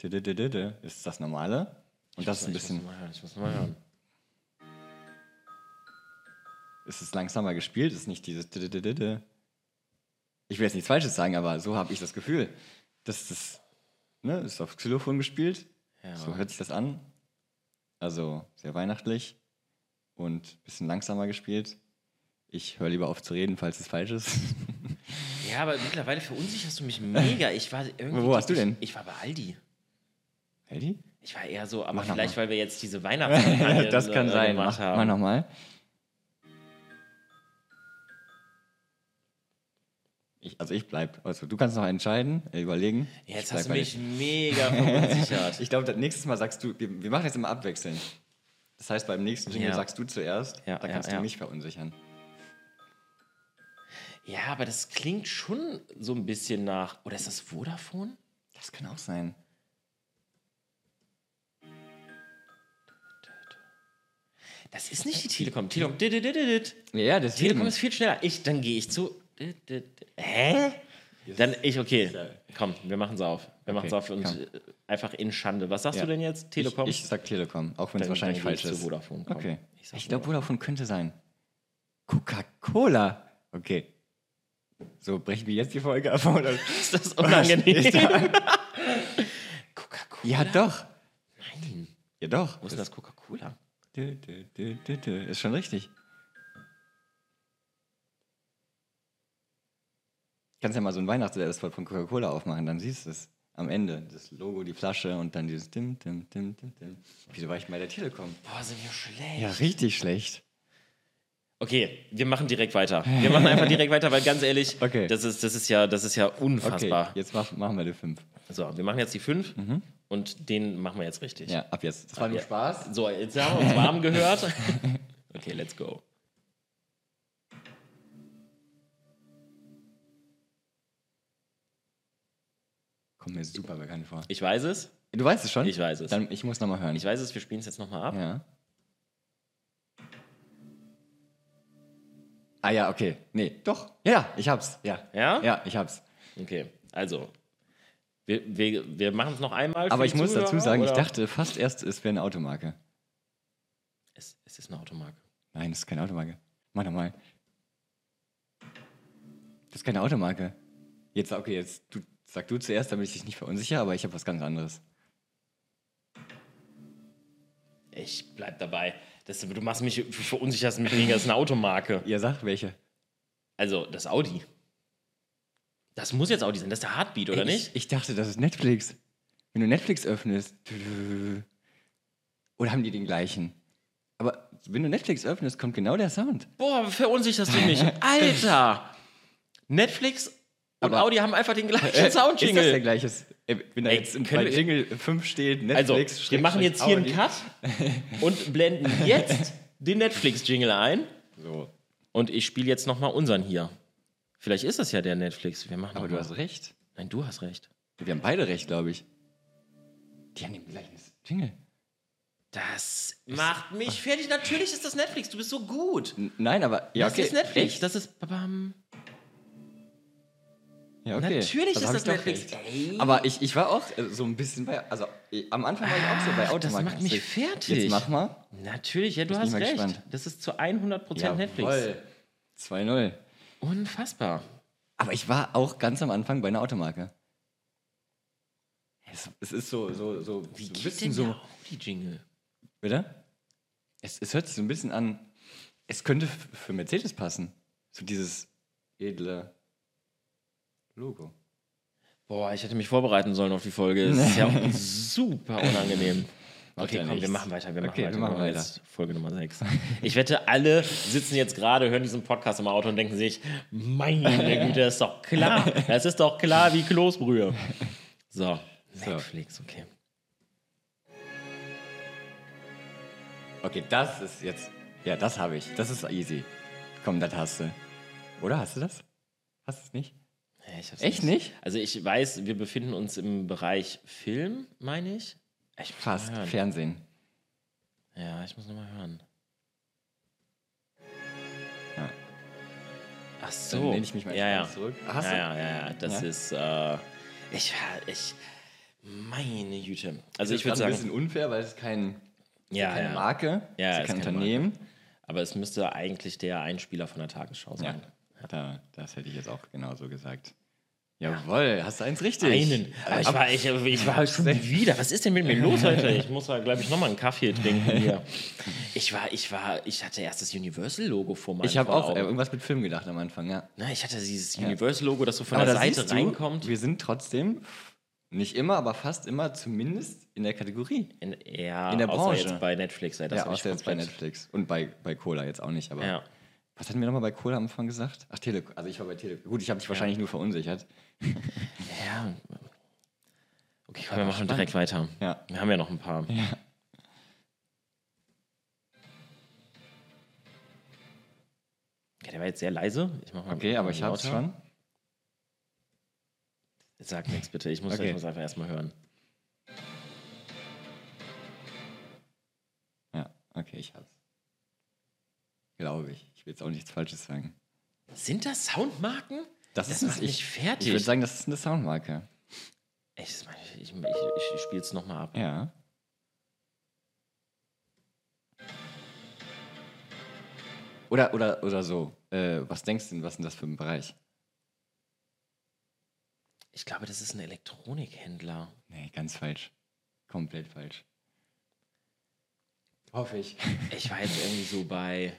Dü-dü-dü-dü-dü. Ist das normale? Und das ist ein Ich muss bisschen. mal hören. Ich muss mal hören. Ist es langsamer gespielt? Ist nicht dieses. dü-dü-dü-dü-dü. Ich will jetzt nichts Falsches sagen, aber so habe ich das Gefühl. Das ist. Ne, ist auf Xylophon gespielt. Ja. So hört sich das an. Also sehr weihnachtlich und ein bisschen langsamer gespielt. Ich höre lieber auf zu reden, falls es falsch ist. ja, aber mittlerweile verunsicherst du mich mega. Ich war irgendwie. Wo warst du denn? Ich war bei Aldi. Aldi? Ich war eher so, aber Mach noch vielleicht, mal. weil wir jetzt diese Weihnachtskampagne das kann äh, sein. Mach gemacht mal haben. nochmal. Ich, also ich bleib. Also du kannst noch entscheiden, äh, überlegen. Ja, Jetzt Ich bleib hast du bei mich dir. mega verunsichert. Ich glaube, das nächste Mal sagst du, wir, wir machen jetzt immer abwechselnd. Das heißt, beim nächsten Jingle Ja. sagst du zuerst, Ja, da ja, kannst ja. du mich verunsichern. ja, aber das klingt schon so ein bisschen nach. Oder ist das Vodafone? Das kann auch sein. Das ist nicht die Telekom. Telekom. dit, dit, dit, dit. Ja, ja, deswegen. Telekom ist viel schneller. Ich, dann gehe ich zu. dit, dit, dit. Hä? Dann ich, okay. Komm, wir machen es auf. Wir machen es Okay, auf und komm. äh, einfach in Schande. Was sagst Ja. du denn jetzt? Telekom? Ich, ich sag Telekom, auch wenn Dann- es wahrscheinlich dann geh ich falsch zu ist. Vodafone, komm. okay. Ich Ich, sag glaube, Vodafone könnte sein. Coca-Cola. Okay. So, brechen wir jetzt die Folge ab? Oder? ist das unangenehm? Ist da- Coca-Cola? ja, doch. Nein. Ja, doch. Wo ist denn das Coca-Cola? Dö, dö, dö, dö, dö. Ist schon richtig. Kannst ja mal so ein Weihnachtswerbespot von Coca-Cola aufmachen, dann siehst du es. Am Ende. Das Logo, die Flasche und dann dieses Dim, Dim, Dim, Dim, Dim. Wieso war ich bei der Telekom? Boah, sind wir schlecht. Ja, richtig schlecht. Okay, wir machen direkt weiter. Wir machen einfach direkt weiter, weil ganz ehrlich, Okay. das, ist, das, ist ja, das ist ja Okay, unfassbar. jetzt mach, machen wir die fünf. So, wir machen jetzt die fünf und den machen wir jetzt richtig. Ja, ab jetzt. Das war nur ja. Spaß. So, jetzt haben wir uns warm gehört. Okay, let's go. Kommt mir super bekannt vor. Ich weiß es. Du weißt es schon? Ich weiß es. Dann, ich muss nochmal hören. Ich weiß es, wir spielen es jetzt nochmal ab. ja. Ah ja, okay. Nee, doch. Ja, ich hab's. Ja. Ja? Ja, ich hab's. Okay, also. Wir, wir, wir machen es noch einmal. für Aber die ich muss Zuhörer, dazu sagen, ich oder? dachte fast erst, es wäre eine Automarke. Es, es ist eine Automarke. Nein, das ist keine Automarke. Mach nochmal. Das ist keine Automarke. Jetzt, okay, jetzt du, sag du zuerst, damit ich dich nicht verunsichere, aber ich habe was ganz anderes. Ich bleib dabei. Das, du machst mich, du verunsicherst mich mega. Es ist eine Automarke. Ihr sagt welche? Also, das Audi. Das muss jetzt Audi sein. Das ist der Heartbeat, oder Ey, nicht? Ich, ich dachte, das ist Netflix. Wenn du Netflix öffnest. Oder haben die den gleichen? Aber wenn du Netflix öffnest, kommt genau der Sound. Boah, verunsicherst du mich. Alter! Netflix und Aber- Audi haben einfach den gleichen Ist das der Äh, Soundjingle. gleiche? Ey, wenn da Ey, jetzt im können bei wir- Jingle 5 steht, Also, Netflix, wir machen jetzt hier einen Audi. Cut und blenden jetzt den Netflix-Jingle ein. So. Und ich spiele jetzt nochmal unseren hier. Vielleicht ist das ja der Netflix. Wir machen Aber noch du mal- hast recht. Nein, du hast recht. Wir haben beide recht, glaube ich. Die haben den gleichen Jingle. Das macht mich fertig. Natürlich ist das Netflix. Du bist so gut. N- Nein, aber. Ja, das okay. ist Netflix. Echt? Das ist. Bam. Ja, okay. Natürlich Also ist hab das ich Netflix. doch recht. Ey. Aber ich, ich war auch äh, so ein bisschen bei. Also äh, am Anfang war ich auch so bei Ah, das Automarkt. macht mich Jetzt- fertig. Jetzt mach mal. Natürlich, ja, du bin hast mal recht. gespannt. Das ist zu 100% Netflix. Jawohl. 2-0. Unfassbar. Aber ich war auch ganz am Anfang bei einer Automarke. Es, es ist so, so, so, Wie so ein geht bisschen denn so. der Audi-Jingle? Bitte? Es, es hört sich so ein bisschen an. Es könnte f- für Mercedes passen. So dieses edle Logo. Boah, ich hätte mich vorbereiten sollen auf die Folge. Es ist ja super unangenehm. Macht Okay, ja komm, wir nichts. machen weiter. Wir machen Okay, wir weiter. machen machen Jetzt Folge Nummer 6. Ich wette, alle sitzen jetzt gerade, hören diesen Podcast im Auto und denken sich, meine Güte, das ist doch klar. Das ist doch klar wie Kloßbrühe. So, Netflix, okay. Okay, das ist jetzt. Ja, das habe ich. Das ist easy. Komm, das hast du. Oder hast du das? Hast du es nicht? Ja, ich hab's Echt nicht? Also ich weiß, wir befinden uns im Bereich Film, meine ich. ich muss Fast. noch mal hören. Fernsehen. Ja, ich muss nochmal hören. Ja. Ach so. Dann lehne ich mich mal ja, ja. entspannt zurück. Hast Ja, du? ja, ja, ja, das Ja. ist, äh, ich, ich, meine Güte. Also ich Das würde ist gerade sagen, ein bisschen unfair, weil es kein, ja, keine ja. Marke Ja, es ist ist, kein keine Unternehmen. aber es müsste eigentlich der Einspieler von der Tagesschau sein. Ja, da, das hätte ich jetzt auch genauso gesagt. Jawohl, hast du eins richtig. Äh, Einen. Aber ich Aber- war, ich, ich war schon wieder. Was ist denn mit mir los heute? Ich muss ja, glaube ich, nochmal einen Kaffee trinken hier. Ich war, ich war, ich hatte erst das Universal-Logo vor meinen ich habe vor auch Augen. äh, irgendwas mit Film gedacht am Anfang, ja. Na, ich hatte dieses Universal-Logo, das so von Aber der da Seite siehst du, reinkommt. Wir sind trotzdem, nicht immer, aber fast immer zumindest in der Kategorie. In, ja, in der außer Branche. jetzt bei Netflix. Ey, das ja, hab ich außer jetzt bei komplett- Netflix. Und bei, bei Cola jetzt auch nicht. Aber Ja. was hatten wir nochmal bei Cola am Anfang gesagt? Ach, Telekom. Also ich war bei Telekom. Gut, ich habe dich wahrscheinlich nur verunsichert. ja. Okay, komm, wir machen direkt weiter. Ja. Wir haben ja noch ein paar. Okay, der war jetzt sehr leise. Ich mach mal Okay, aber mal ich habe es lauter. schon. Sag nichts bitte, ich muss Okay. ich muss einfach erstmal hören. Ja, okay, ich hab's. Glaube ich. Ich will jetzt auch nichts Falsches sagen. Sind das Soundmarken? Das, ist macht mich fertig. Ich würde sagen, das ist eine Soundmarke. Echt, das mach ich, ich, ich, ich, ich spiele es nochmal ab. Ja. Oder, oder, oder so. Äh, was denkst du denn, was ist denn das für ein Bereich? Ich glaube, das ist ein Elektronikhändler. Nee, ganz falsch. Komplett falsch. Hoffe ich. Ich war jetzt irgendwie so bei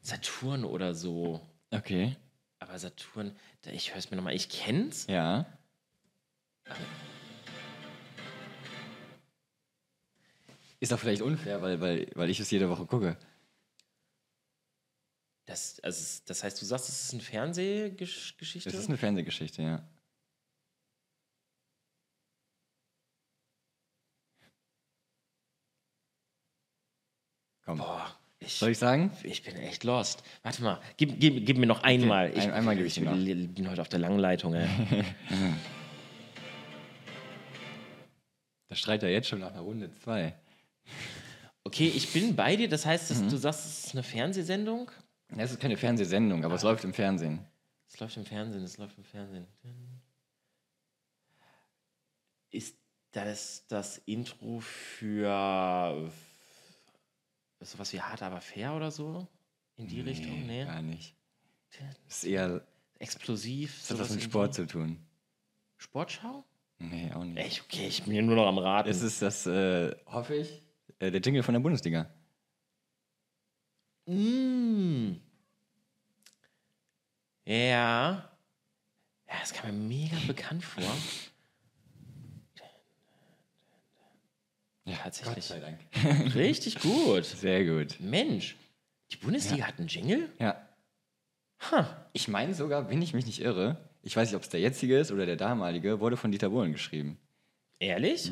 Saturn oder so. Okay. Aber Saturn, da- ich höre es mir nochmal. Ich kenn's. Ja. Ist doch vielleicht unfair, weil, weil, weil ich es jede Woche gucke. Das, also, es- das heißt, du sagst, es ist eine Fernsehgeschichte? Das ist eine Fernsehgeschichte, ja. Komm. Boah, ich, Soll ich sagen? ich bin echt lost. Warte mal, gib, gib, gib mir noch einmal. ein- einmal gebe ich dir noch. bin- bin heute auf der langen Leitung, ey. Da schreit er jetzt schon nach einer Runde zwei. Okay, ich bin bei dir. Das heißt, Mhm. dass du sagst, es ist eine Fernsehsendung? Das ist keine Fernsehsendung, aber es läuft im Fernsehen. Es läuft im Fernsehen, es läuft im Fernsehen. Ist das das Intro für sowas wie hart, aber fair oder so? In die Richtung? Nee. Gar nicht. Ist eher, Explosiv. das hat was sowas mit in- Sport zu tun. Sportschau? Nee, auch nicht. Echt, okay, ich bin hier nur noch am Raten. Es ist das, äh, hoffe ich, äh, der Jingle von der Bundesliga. Mm. Ja. Ja, das kam mir mega bekannt vor. Ja, Tatsächlich. Gott sei Dank. Richtig gut. Sehr gut. Mensch, die Bundesliga hat einen Jingle? Ja. Ha. Ich meine sogar, wenn ich mich nicht irre, ich weiß nicht, ob es der jetzige ist oder der damalige, wurde von Dieter Bohlen geschrieben. Ehrlich?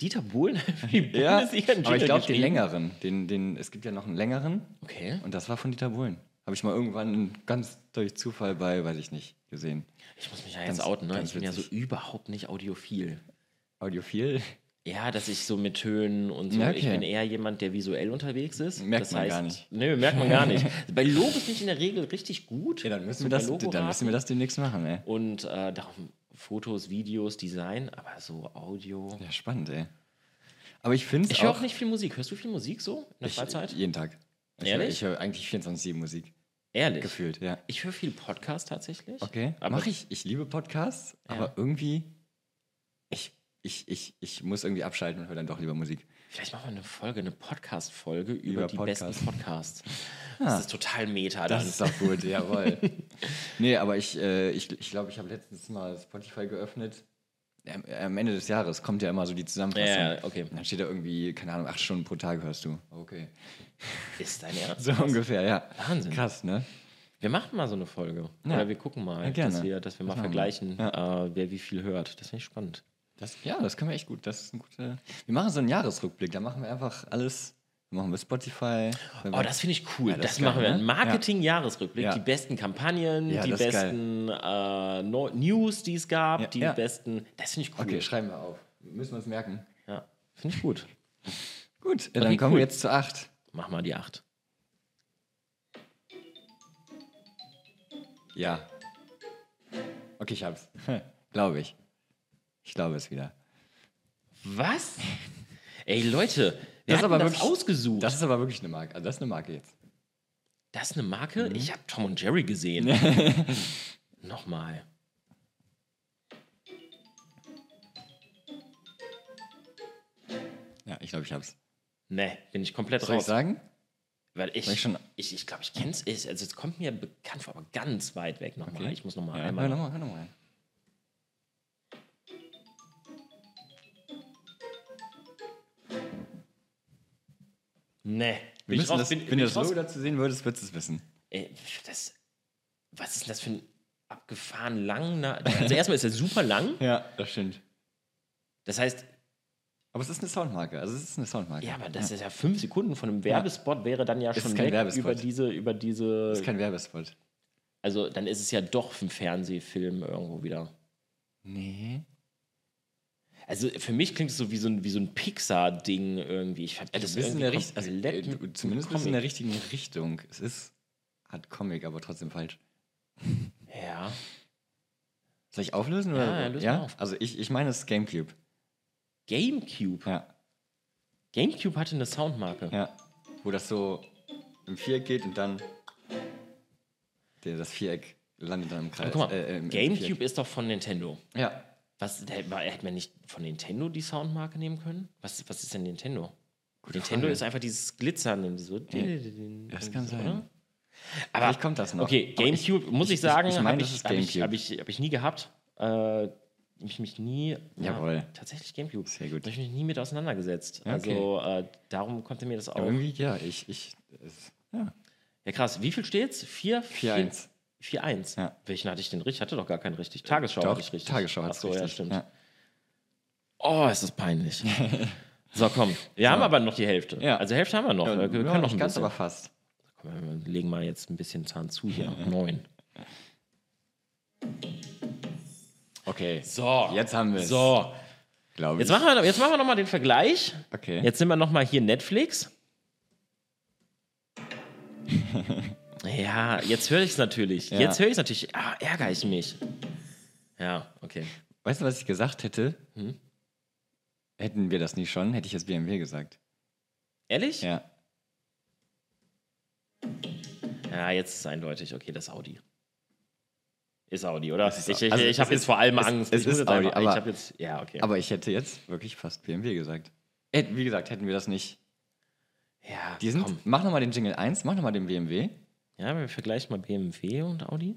Dieter Bohlen hat für die Mhm. Ja, Bundesliga einen aber Jingle ich glaube den geschrieben? längeren. Den, den, es gibt ja noch einen längeren Okay. und das war von Dieter Bohlen. Habe ich mal irgendwann ganz durch Zufall bei, weiß ich nicht, gesehen. Ich muss mich ja jetzt Ganz- outen, ne? ganz Ich bin ja so witzig. überhaupt nicht audiophil. Audiophil? Ja, dass ich so mit Tönen und so. Ja, Ich okay. bin eher jemand, der visuell unterwegs ist. Merkt das man heißt, gar nicht. Nö, merkt man gar nicht. Bei Logo bin ich in der Regel richtig gut. Ja, dann müssen, So wir bei das, dann Logoraten. müssen wir das demnächst machen, ey. Und äh, darum Fotos, Videos, Design, aber so Audio. Ja, spannend, ey. Aber ich finde es Ich höre auch... auch nicht viel Musik. Hörst du viel Musik so in der ich, Freizeit? Jeden Tag. Ich Ehrlich? Hör, ich höre eigentlich 24-7 Musik. Ehrlich. Gefühlt, ja. Ich höre viel Podcast tatsächlich. Okay, Aber mache ich. Ich liebe Podcasts, Ja. aber irgendwie... Ich, ich, ich, ich muss irgendwie abschalten und höre dann doch lieber Musik. Vielleicht machen wir eine Folge, eine Podcast-Folge über, Über die Podcast. Ah. besten Podcasts. Das ist total meta Das dann. ist doch gut, jawohl. nee, aber ich äh, ich, ich, glaube, ich habe letztens mal Spotify geöffnet. Am, am Ende des Jahres kommt ja immer so die Zusammenfassung. Ja, ja, okay. Und dann steht da irgendwie, keine Ahnung, acht Stunden pro Tag hörst du. Okay. Ist dein Ernst. So ungefähr, ja. Wahnsinn. Krass, ne? Wir machen mal so eine Folge. Ja. Oder wir gucken mal, Ja, gerne. dass wir, dass wir mal machen wir. vergleichen, äh, wer wie viel hört. Das finde ich spannend. Das, ja, das können wir echt gut. Das ist ein guter. Wir machen so einen Jahresrückblick. Da machen wir einfach alles. Dann machen wir Spotify. Dann Oh, das finde ich cool. Ja, das das ist machen geil, wir. ne? Marketing-Jahresrückblick. Ja. Die besten Kampagnen, Ja, die das ist geil. besten äh, Neu- News, die es gab, Ja, die ja. besten. Das finde ich cool. okay, schreiben wir auf. Müssen wir uns merken. Ja, finde ich gut. Gut, ja, dann Okay, kommen cool. wir jetzt zu acht. Mach mal die 8. Ja. Okay, ich hab's. glaube ich. Ich glaube es wieder. Was? Ey, Leute, wir Das haben ist aber das wirklich- ausgesucht. Das ist aber wirklich eine Marke. Also das ist eine Marke jetzt. Das ist eine Mhm. Marke? Ich habe Tom und Jerry gesehen. Nochmal. Ja, ich glaube, ich hab's. Ne, bin ich komplett Soll ich raus. sagen? Weil ich Soll ich schon- ich, ich glaube, ich kenne es. Also es kommt mir bekannt vor, aber ganz weit weg nochmal. Okay. Ich muss nochmal Ja, hör einmal. nochmal, hör nochmal rein. Ne. Wir Bin ich müssen raus? das, bin, wenn bin du ich das raus? Logo dazu sehen würdest, würdest du es wissen. Ey, das, was ist denn das für ein abgefahren lang? Na also erstmal ist er super lang. Ja, das stimmt. Das heißt, Aber es ist eine Soundmarke. Also es ist eine Soundmarke. ja, aber das ist ja fünf Sekunden von einem Werbespot wäre dann ja Ist schon kein weg Werbespot. über diese, über Das diese. ist kein Werbespot. Also dann ist es ja doch ein Fernsehfilm irgendwo wieder. Nee. Also für mich klingt es so wie so ein, wie so ein Pixar-Ding irgendwie. Ich verbinde Das das ist in irgendwie der richt- also, komplett äh, mit du- einem zumindest ist es in der Comic. richtigen Richtung. Es ist hat Comic, aber trotzdem falsch. Ja. Soll ich auflösen? Oder? Ja, ja, löse mal auf. Also ich, ich meine, es ist Gamecube. Gamecube. Ja. Gamecube hatte eine Soundmarke. Ja. Wo das so im Viereck geht und dann der, das Viereck landet dann im Kreis. Guck mal, äh, im- im Gamecube Viereck. ist doch von Nintendo. Ja. Was, da hätte man- hätte man nicht von Nintendo die Soundmarke nehmen können? Was, was ist denn Nintendo? Nintendo Frage. ist einfach dieses Glitzern. So Das kann sein. Oder? Aber Vielleicht kommt das noch. Okay, Aber ich- Gamecube, muss ich- ich sagen, ich- ich meine, habe das ich, ist hab ich, Gamecube. hab ich, hab ich nie gehabt. Äh, ich mich nie. Jawohl. tatsächlich Gamecube. Sehr gut. Hab Ich mich nie mit auseinandergesetzt. Ja, okay. Also äh, darum konnte mir das auch. Aber irgendwie, ja, ich, ich, es, ja. Ja, krass. Wie viel steht's? 4 4-1. 4-1. Ja. Welchen hatte ich denn richtig? Ich hatte doch gar keinen richtig. Tagesschau Doch, hatte ich richtig. Tagesschau hat's Ach so, ja, richtig, stimmt. ja. Oh, ist das peinlich. so, komm. Wir haben aber noch die Hälfte. Ja. Also Hälfte haben wir noch. wir können ja, noch nicht ein ganz, bisschen. aber fast. komm, wir legen mal jetzt ein bisschen Zahn zu hier. Neun. Okay, So. Jetzt haben wir's. So. glaube ich. Jetzt machen wir, jetzt machen wir nochmal den Vergleich. Okay. Jetzt sind wir nochmal hier Netflix. ja, jetzt höre ich es natürlich. Ja. Jetzt höre ich es natürlich. Ah, ärgere ich mich. Ja, okay. Weißt du, was ich gesagt hätte? Hätten wir das nicht schon, hätte ich jetzt BMW gesagt. Ehrlich? Ja, Ja. jetzt ist es eindeutig. Okay, das ist Audi. Ist Audi, oder? ist- ich ich, also ich es habe jetzt ist- vor allem es- Angst. es ich muss ist jetzt Audi, einfach, ich aber- habe jetzt. Ja, okay. Aber ich hätte jetzt wirklich fast BMW gesagt. Hätt- Wie gesagt, hätten wir das nicht. ja, Die sind, komm. mach nochmal den Jingle 1, mach nochmal den BMW. Ja, wir vergleichen mal BMW und Audi.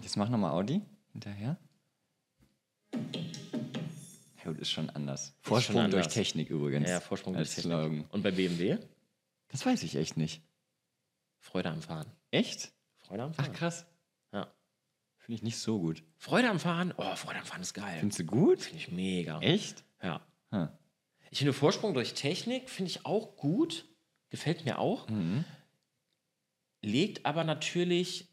Jetzt mach nochmal Audi hinterher. Ja, gut, ist schon anders. Vorsprung durch anders. Technik übrigens. Ja, Vorsprung als durch Technik. Slogan. Und bei BMW? Das weiß ich echt nicht. Freude am Fahren. Echt? Freude am Fahren. Ach, krass. Ja. Finde ich nicht so gut. Freude am Fahren? Oh, Freude am Fahren ist geil. Finde Findest du gut? ich mega. Echt? Hm. Ja. Ha. Ich finde Vorsprung durch Technik finde ich auch gut, gefällt mir auch. Mhm. Legt aber natürlich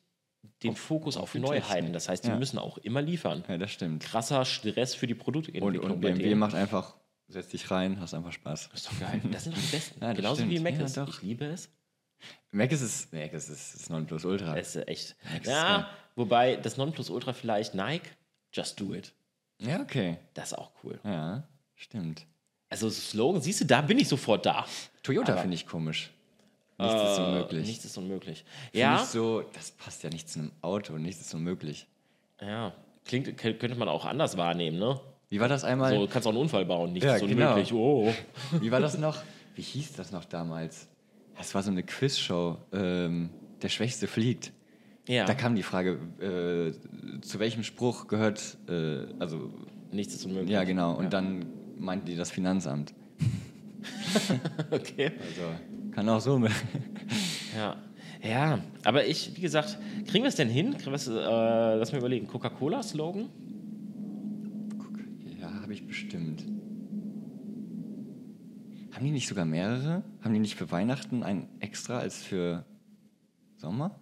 den Fokus auf die Neuheiten. Technik. Das heißt, die Ja. müssen auch immer liefern. Ja, das stimmt. Krasser Stress für die Und, Produktentwicklung. und bei BMW denen. macht einfach, setz dich rein, hast einfach Spaß. Das ist doch geil. Das sind doch die besten. Ja, das Genauso wie stimmt. Mac Ja, ist. doch. Ich liebe es. Mac ist es, Mac ist es, ist Nonplusultra. Es ist echt. ist Ja, geil. wobei das Nonplusultra vielleicht Nike, just do it. Ja, okay. Das ist auch cool. Ja, stimmt. Also Slogan, siehst du, da bin ich sofort da. Toyota finde ich komisch. Nichts ist Äh, unmöglich. Nichts ist unmöglich. Finde Ja, ich so, das passt ja nicht zu einem Auto, nichts ist unmöglich. ja. Klingt, k- könnte man auch anders wahrnehmen, ne? Wie war das einmal? So, kannst auch einen Unfall bauen, nichts Ja, ist genau. unmöglich. Oh. Wie war das noch? Wie hieß das noch damals? Das war so eine Quizshow. Ähm, der Schwächste fliegt. Ja, Da kam die Frage, äh, zu welchem Spruch gehört, äh, also, nichts ist unmöglich. ja, genau. Und dann meinten die das Finanzamt. Okay. Also, kann auch so. mit- Ja. ja, aber ich, wie gesagt, kriegen wir es denn hin? Kriegen wir es, äh, lass mir überlegen. Coca-Cola-Slogan? Guck, ja, habe ich bestimmt. Haben die nicht sogar mehrere? Haben die nicht für Weihnachten einen extra als für Sommer?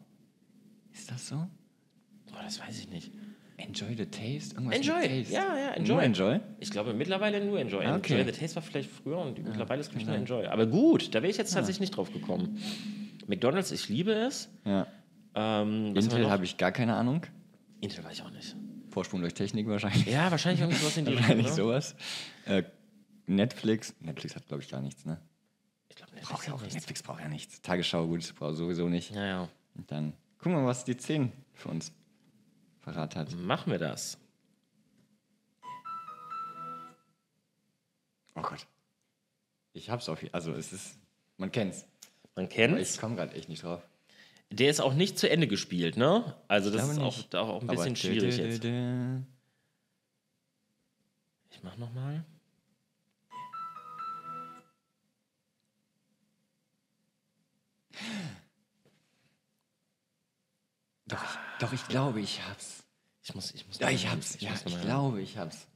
Ist das so? Boah, das weiß ich nicht. Enjoy the taste? Irgendwas mit Enjoy. Taste. Ja, ja, enjoy. Nur enjoy? Ich glaube mittlerweile nur Enjoy. Ah, okay. Enjoy the Taste war vielleicht früher und mittlerweile ist glaube ich nur Enjoy. Aber gut, da wäre ich jetzt tatsächlich nicht drauf gekommen. McDonalds, ich liebe es. Ja. Ähm, was haben wir Intel noch? habe ich gar keine Ahnung. Intel weiß ich auch nicht. Vorsprung durch Technik wahrscheinlich. Ja, wahrscheinlich irgendwie sowas in die Richtung. wahrscheinlich oder? sowas. Äh, Netflix. Netflix hat, glaube ich, gar nichts, ne? Ich glaube, Braucht ja auch nicht. Netflix braucht ja nichts. Tagesschau, gut, braucht sowieso nicht. Ja, ja. Und dann gucken wir mal, was die 10 für uns verrat hat. Machen wir das. Oh Gott. Ich hab's auf. Also, es ist. Man kennt's. Man Aber ich kennt's. komme gerade echt nicht drauf. Der ist auch nicht zu Ende gespielt, ne? Also das glaube ist auch, nicht. da auch ein Aber bisschen schwierig dö, dö, jetzt. dö. Ich mach nochmal. Doch, ich, doch, ich glaube, ich hab's. Ich muss, ich muss. Ja, ich noch mal- hab's. Ja, muss noch ich mal- glaube, ich hab's.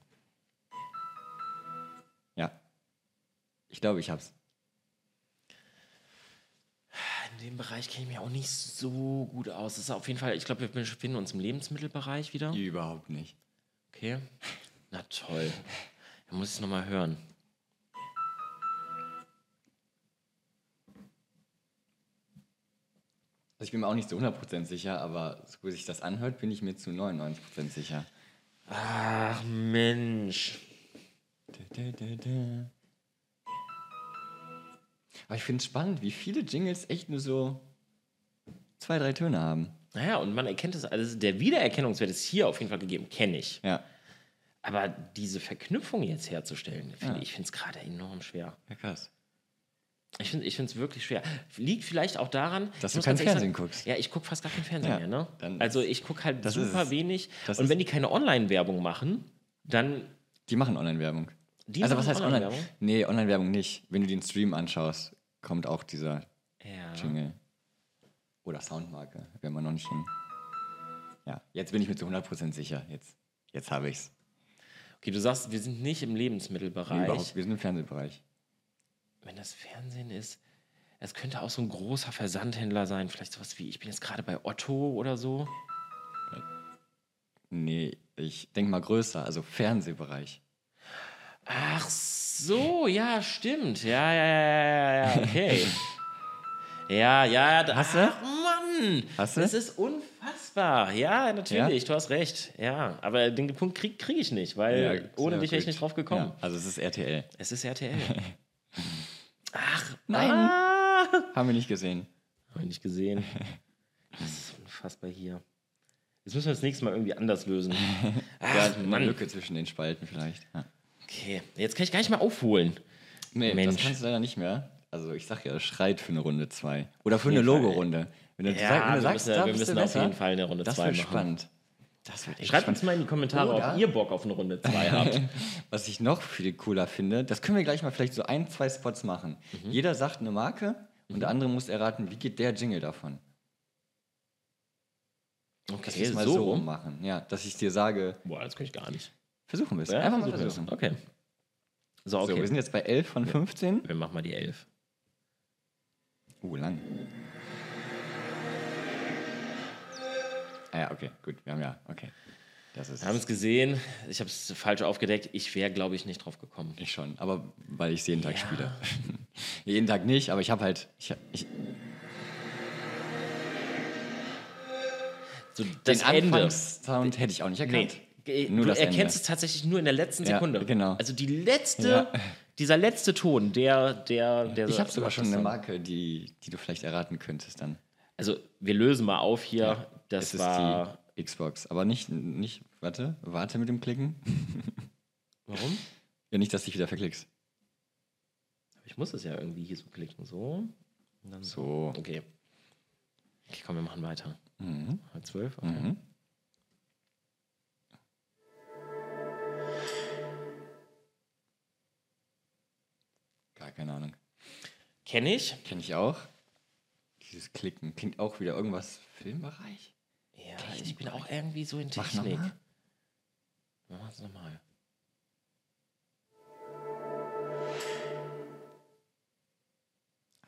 Ja. Ich glaube, ich hab's. In dem Bereich kenne ich mich auch nicht so gut aus. Das ist auf jeden Fall, ich glaube, wir befinden uns im Lebensmittelbereich wieder. Überhaupt nicht. Okay. Na toll. Dann muss ich es nochmal hören. Also ich bin mir auch nicht zu 100% sicher, aber so wie sich das anhört, bin ich mir zu 99% sicher. Ach Mensch. Dö, dö, dö, dö. Aber ich finde es spannend, wie viele Jingles echt nur so zwei, drei Töne haben. Naja, und man erkennt es, also der Wiedererkennungswert ist hier auf jeden Fall gegeben, kenne ich. Ja. Aber diese Verknüpfung jetzt herzustellen, find, ich finde es gerade enorm schwer. Ja, krass. Ich finde es wirklich schwer. Liegt vielleicht auch daran, ich Dass du muss kein ganz ehrlich Fernsehen sagen, guckst. Ja, ich gucke fast gar kein Fernsehen Ja, mehr. Ne? dann Also ich gucke halt das ist super es. wenig. Das und ist- wenn die keine Online-Werbung machen, dann Die machen Online-Werbung. Die also machen was heißt Online? Online-Werbung? Nee, Online-Werbung nicht. Wenn du den Stream anschaust, kommt auch dieser ja. Jingle. Oder Soundmarke, wenn man noch nicht hin. Ja, jetzt bin ich mir zu 100% sicher. Jetzt, jetzt habe ich's. Okay, du sagst, wir sind nicht im Nee, Lebensmittelbereich. überhaupt, wir sind im Fernsehbereich. wenn das Fernsehen ist, es könnte auch so ein großer Versandhändler sein, vielleicht sowas wie, ich bin jetzt gerade bei Otto oder so. Nee, ich denke mal größer, also Fernsehbereich. Ach so, ja, stimmt. Ja, ja, ja, ja, ja, okay. ja, ja, da, Hast du? Ach, Mann! Hast du? Das ist unfassbar. Ja, natürlich, du hast recht. Ja, aber den Punkt kriege krieg ich nicht, weil Äh, ohne dich wäre ich nicht drauf gekommen. Ja, also es ist RTL. Es ist RTL. Ach, Nein. Ah. Haben wir nicht gesehen. Habe ich nicht gesehen. Das ist unfassbar hier. Jetzt müssen wir das nächste Mal irgendwie anders lösen. Ach, eine Mann. Lücke zwischen den Spalten vielleicht. Ja. Okay, jetzt kann ich gar nicht mehr aufholen. Nee, Mensch. das kannst du leider nicht mehr. Also ich sag ja, es schreit für eine Runde 2. Oder für eine jeden Fall, Logo-Runde. Wenn du, Ja, sag- wenn wir du sagst, müssen- da wir bist du müssen auf besser, jeden Fall eine Runde das zwei wird machen. spannend. Das wird echt Schreibt spannend. uns mal in die Kommentare, Oder- ob ihr Bock auf eine Runde 2 habt. Was ich noch viel cooler finde, das können wir gleich mal vielleicht so ein, zwei Spots machen. Mhm. Jeder sagt eine Marke und der andere muss erraten, wie geht der Jingle davon. Dass Okay, wir es mal so so rum rum. machen. Ja, dass ich dir sage, Boah, das kann ich gar nicht. versuchen wir es. Ja, Einfach mal versuchen wir es. versuchen. Okay. So, okay. So, wir sind jetzt bei 11 von 15. wir machen mal die 11. Uh, lang. Ah ja, okay, gut. Wir haben ja, okay. Das ist Wir haben es gesehen. Ich habe es falsch aufgedeckt. Ich wäre, glaube ich, nicht drauf gekommen. ich schon, aber weil ich es jeden Tag Ja. spiele. jeden Tag nicht, aber ich habe halt, ich, ich, So, das den Ende. Anfangssound hätte ich auch nicht Nee, erkannt. ge- Nur du das erkennst Ende. es tatsächlich nur in der letzten Ja, Sekunde. genau. Also die letzte, Ja. dieser letzte Ton, der, der, der. Ich habe sogar schon das eine dann- Marke, die, die du vielleicht erraten könntest dann. Also wir lösen mal auf hier. es Das ist war. die Xbox. Aber nicht, nicht, warte, warte mit dem Klicken. Warum? Ja, nicht, dass dich wieder verklickst. Ich muss es ja irgendwie hier so klicken. So. Und dann So. Okay. Okay, komm, wir machen weiter. Mhm. Halb zwölf. Okay. Mhm. Gar keine Ahnung. Kenne ich. Kenne ich auch. Dieses Klicken klingt auch wieder irgendwas Filmbereich. Ja, ich bin auch irgendwie so in Mach Technik. nochmal. Wir machen es nochmal.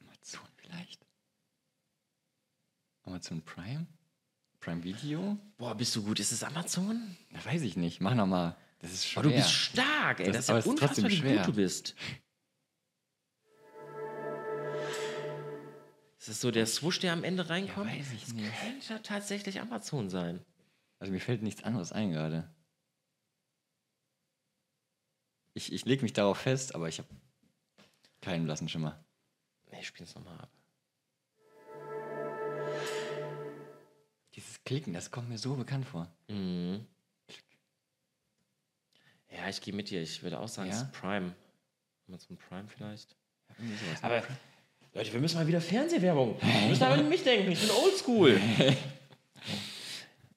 Amazon vielleicht. Amazon Prime? Prime Video? Boah, bist du gut? Ist es Amazon? Na, weiß ich nicht. Mach nochmal. Das ist schwer. Boah, Oh, du bist stark, ey. Das- Das, aber ist es ja ist trotzdem unfassbar, wie schwer. gut du bist. Ist das so der Swoosh, der am Ende reinkommt? weiß ich das nicht. könnte tatsächlich Amazon sein. also mir fällt nichts anderes ein gerade. Ich, ich lege mich darauf fest, aber ich habe keinen blassen Schimmer. Nee, ich spiel's nochmal ab. Dieses Klicken, das kommt mir so bekannt vor. Mhm. Ja, ich gehe mit dir. Ich würde auch sagen, es Ja? ist Prime. Amazon Prime vielleicht. Irgendwie sowas. Aber Leute, wir müssen mal wieder Fernsehwerbung. Wir müssen aber an mich denken. Ich bin oldschool. Okay,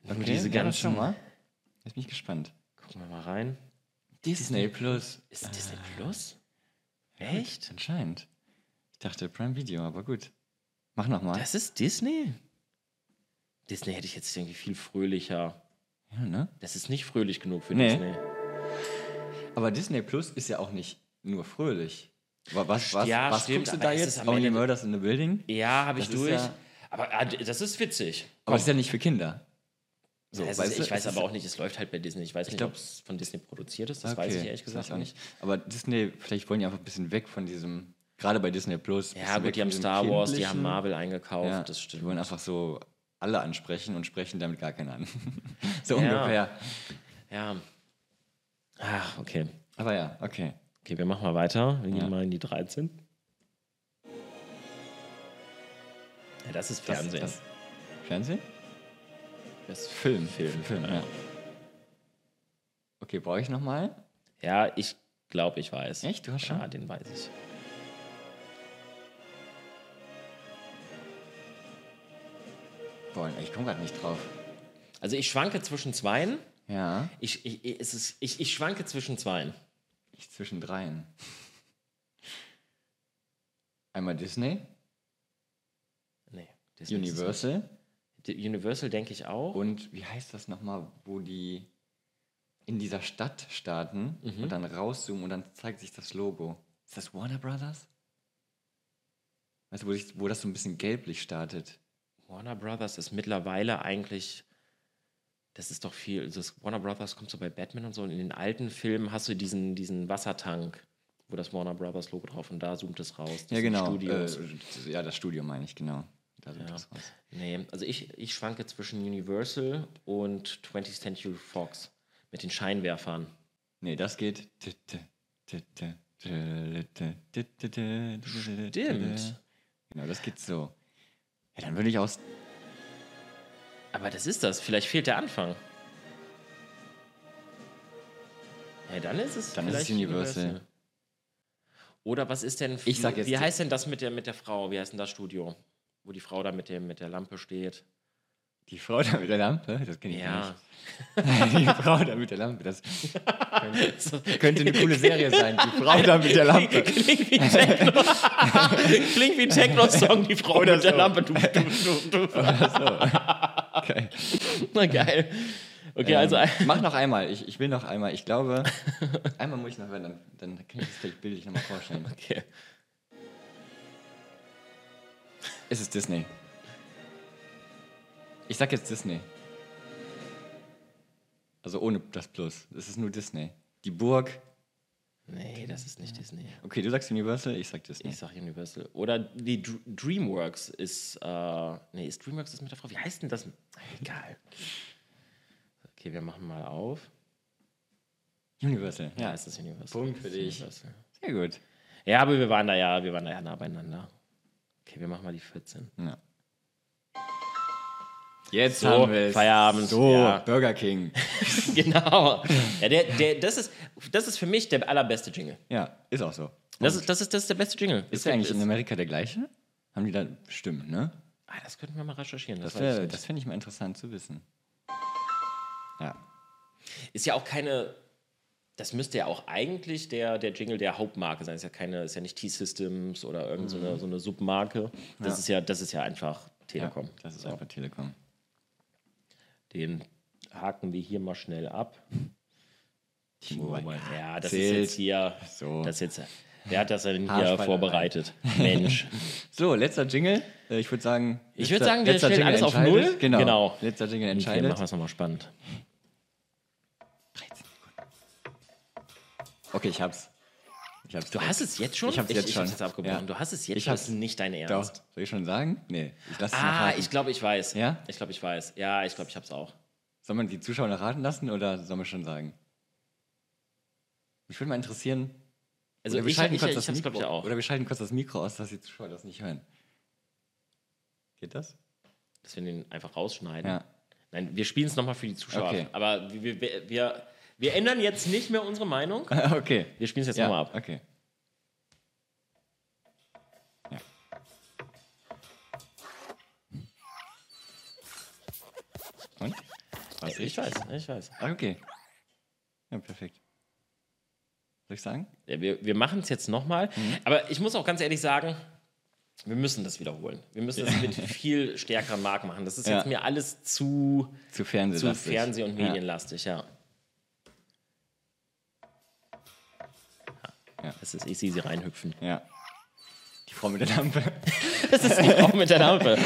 Nur diese ja, das ganzen. schon mal. Jetzt bin ich gespannt. Gucken wir mal rein. Disney Plus. Ah, Ist es Disney Plus? Echt? Anscheinend. Ich dachte Prime Video, aber gut. Mach nochmal. Das ist Disney? Disney hätte ich jetzt irgendwie viel fröhlicher. Ja, ne? Das ist nicht fröhlich genug für Nee. Disney. Aber Disney Plus ist ja auch nicht nur fröhlich. Wa- Was, was, Ja, was stimmt, guckst du aber da es jetzt? ist am Only Ende- Murders in the Building? Ja, habe ich Das ist durch. ja- aber ah, d- das ist witzig. Aber das ist ja nicht für Kinder. So, Ja, es weißt ist, du, ich weiß es ist- aber auch nicht, es läuft halt bei Disney. Ich weiß nicht, glaub- ob es von Disney produziert ist. Das weiß Okay, ich ehrlich das weiß gesagt ich auch nicht. Aber Disney, vielleicht wollen die einfach ein bisschen weg von diesem, gerade bei Disney Plus. ein Ja, bisschen weg gut, die von haben diesem Star Wars, die haben kindlichen- Marvel eingekauft. Ja, Das Die stimmt. wollen einfach so alle ansprechen und sprechen damit gar keinen an. so Ja. ungefähr. Ja. Ach, okay. Aber ja, okay. Okay, wir machen mal weiter. Wir gehen Ja. mal in die 13. Ja, das ist Das- Fernsehen. das- Fernsehen? Das ist Film. Film, ja. Okay, brauche ich nochmal? Ja, ich glaube, ich weiß. Echt? Du hast schon? Ja, den weiß ich. Boah, ich komme gerade nicht drauf. Also ich schwanke zwischen zweien. Ja, Ich, ich, ich- es ist, ich, ich schwanke zwischen zweien. ich zwischen dreien. Einmal Disney, Nee. das nächste ist Universal nicht. Die Universal denke ich auch. und wie heißt das nochmal, wo die in dieser Stadt starten und dann rauszoomen und dann zeigt sich das Logo. Ist das Warner Brothers? Weißt du, wo, sich, wo das so ein bisschen gelblich startet? Warner Brothers ist mittlerweile eigentlich. Das ist doch viel. also Das Warner Brothers kommt so bei Batman und so. Und in den alten Filmen hast du diesen, diesen Wassertank, wo das Warner Brothers Logo drauf und da zoomt es raus. Das Ja, sind genau. Studios. Äh, ja, das Studio meine ich, genau. Da sind Ja. das raus. Nee, also ich, ich schwanke zwischen Universal und 20th Century Fox mit den Scheinwerfern. Nee, das geht. Stimmt. Stimmt. Genau, das geht so. Ja, dann würde ich aus. Aber das ist das. Vielleicht fehlt der Anfang. Ja, dann ist es Dann ist es vielleicht Universal. Oder was ist denn? Ich sag jetzt Wie die- heißt denn das mit der mit der Frau? Wie heißt denn das Studio, wo die Frau da mit der mit der Lampe steht? Die Frau da mit der Lampe, das kenne ich Ja. gar nicht. Die Frau da mit der Lampe, das So- könnte eine coole Serie sein. Die Frau da mit der Lampe. Klingt wie ein Techno. Klingt wie ein Techno-Song, die Frau Oder mit der so. Lampe. Du, du, du, du. Oder so. Geil. Na geil. Okay, Ähm, also mach noch einmal. Ich, ich will noch einmal. Ich glaube, einmal muss ich noch hören, dann, dann kann ich das vielleicht bildlich nochmal vorstellen. okay. Es ist Disney. Ich sag jetzt Disney. Also ohne das Plus. Es ist nur Disney. Die Burg. Nee, das ist nicht Disney. Okay, du sagst Universal, ich sag Disney. Ich sag Universal. Oder die Dr Dreamworks ist. Äh, nee, ist Dreamworks das mit der Frau? Wie heißt denn das? Egal. Okay, wir machen mal auf. Universal. Ja, Ja, es ist Universal. Punkt für Es ist dich. Universal. sehr gut. Ja, aber wir waren da ja, wir waren da ja nah beieinander. Okay, wir machen mal die 14. Ja. Jetzt So, haben wir Feierabend, So, ja. Burger King. genau. Ja, der, der, das, ist, das ist für mich der allerbeste Jingle. Ja, ist auch so. Das ist, das ist, das ist der beste Jingle. Ist der eigentlich in Amerika der gleiche? Haben die da bestimmt, ne? Ah, das könnten wir mal recherchieren. Das Das, weiß ich wär- nicht. das fände ich mal interessant zu wissen. Ja. ist ja auch keine. Das müsste ja auch eigentlich der, der Jingle der Hauptmarke sein. Ist ja keine, ist ja nicht T-Systems oder irgendeine so eine, so eine Submarke. Das Mhm. Ja. ist ja, das ist ja einfach Telekom. ja das ist einfach Telekom. Den haken wir hier mal schnell ab. T-Mobile. Ja, das Zählt. ist jetzt hier. So. Das ist jetzt. Wer hat das denn hier Haarspalterei. vorbereitet? Mensch. So, letzter Jingle. Äh, Ich würde sagen, Ich würd letzter- sagen, wir letzter stellen Jingle alles auf entscheidet. Null. Genau. Genau. Letzter Jingle Okay, machen entscheidet. wir es nochmal spannend. Okay, ich hab's. Ich hab's. Du hast es jetzt schon? Ich hab's jetzt ich, schon. Ich hab's jetzt abgebrochen. Ja. Du hast es jetzt Ich schon. hab's- Das ist nicht dein Doch. Ernst. Soll ich schon sagen? Nee, ich lasse es noch Ah, raten. ich glaube, ich weiß. Ja? Ich glaube, ich weiß. Ja, ich glaube, ich hab's auch. Soll man die Zuschauer noch raten lassen oder soll man schon sagen? Mich würde mal interessieren. Also oder ich, ich, ich, kurz ich das hab's, Mikro, glaube ich, auch. Oder wir schalten kurz das Mikro aus, dass die Zuschauer das nicht hören. Geht das? dass wir den einfach rausschneiden. Ja. Nein, wir spielen es nochmal für die Zuschauer. Okay. ab. Aber wir, wir, wir, wir ändern jetzt nicht mehr unsere Meinung. okay. Wir spielen es jetzt Ja, nochmal ab. okay. Ja. Und? Was Also, Ich weiß, ich weiß. Ah, okay. Ja, perfekt. Soll ich sagen? Ja, wir wir machen es jetzt nochmal. Mhm. Aber ich muss auch ganz ehrlich sagen, wir müssen das wiederholen. Wir müssen das mit viel stärkeren Marken machen. Das ist Ja. jetzt mir alles zu, Zu Fernsehen. zu Fernseh- und medienlastig, ja. Ja. Das ist, ich sehe sie reinhüpfen. Ja. ja. Die Frau mit der Lampe. Das ist die Frau mit der Lampe.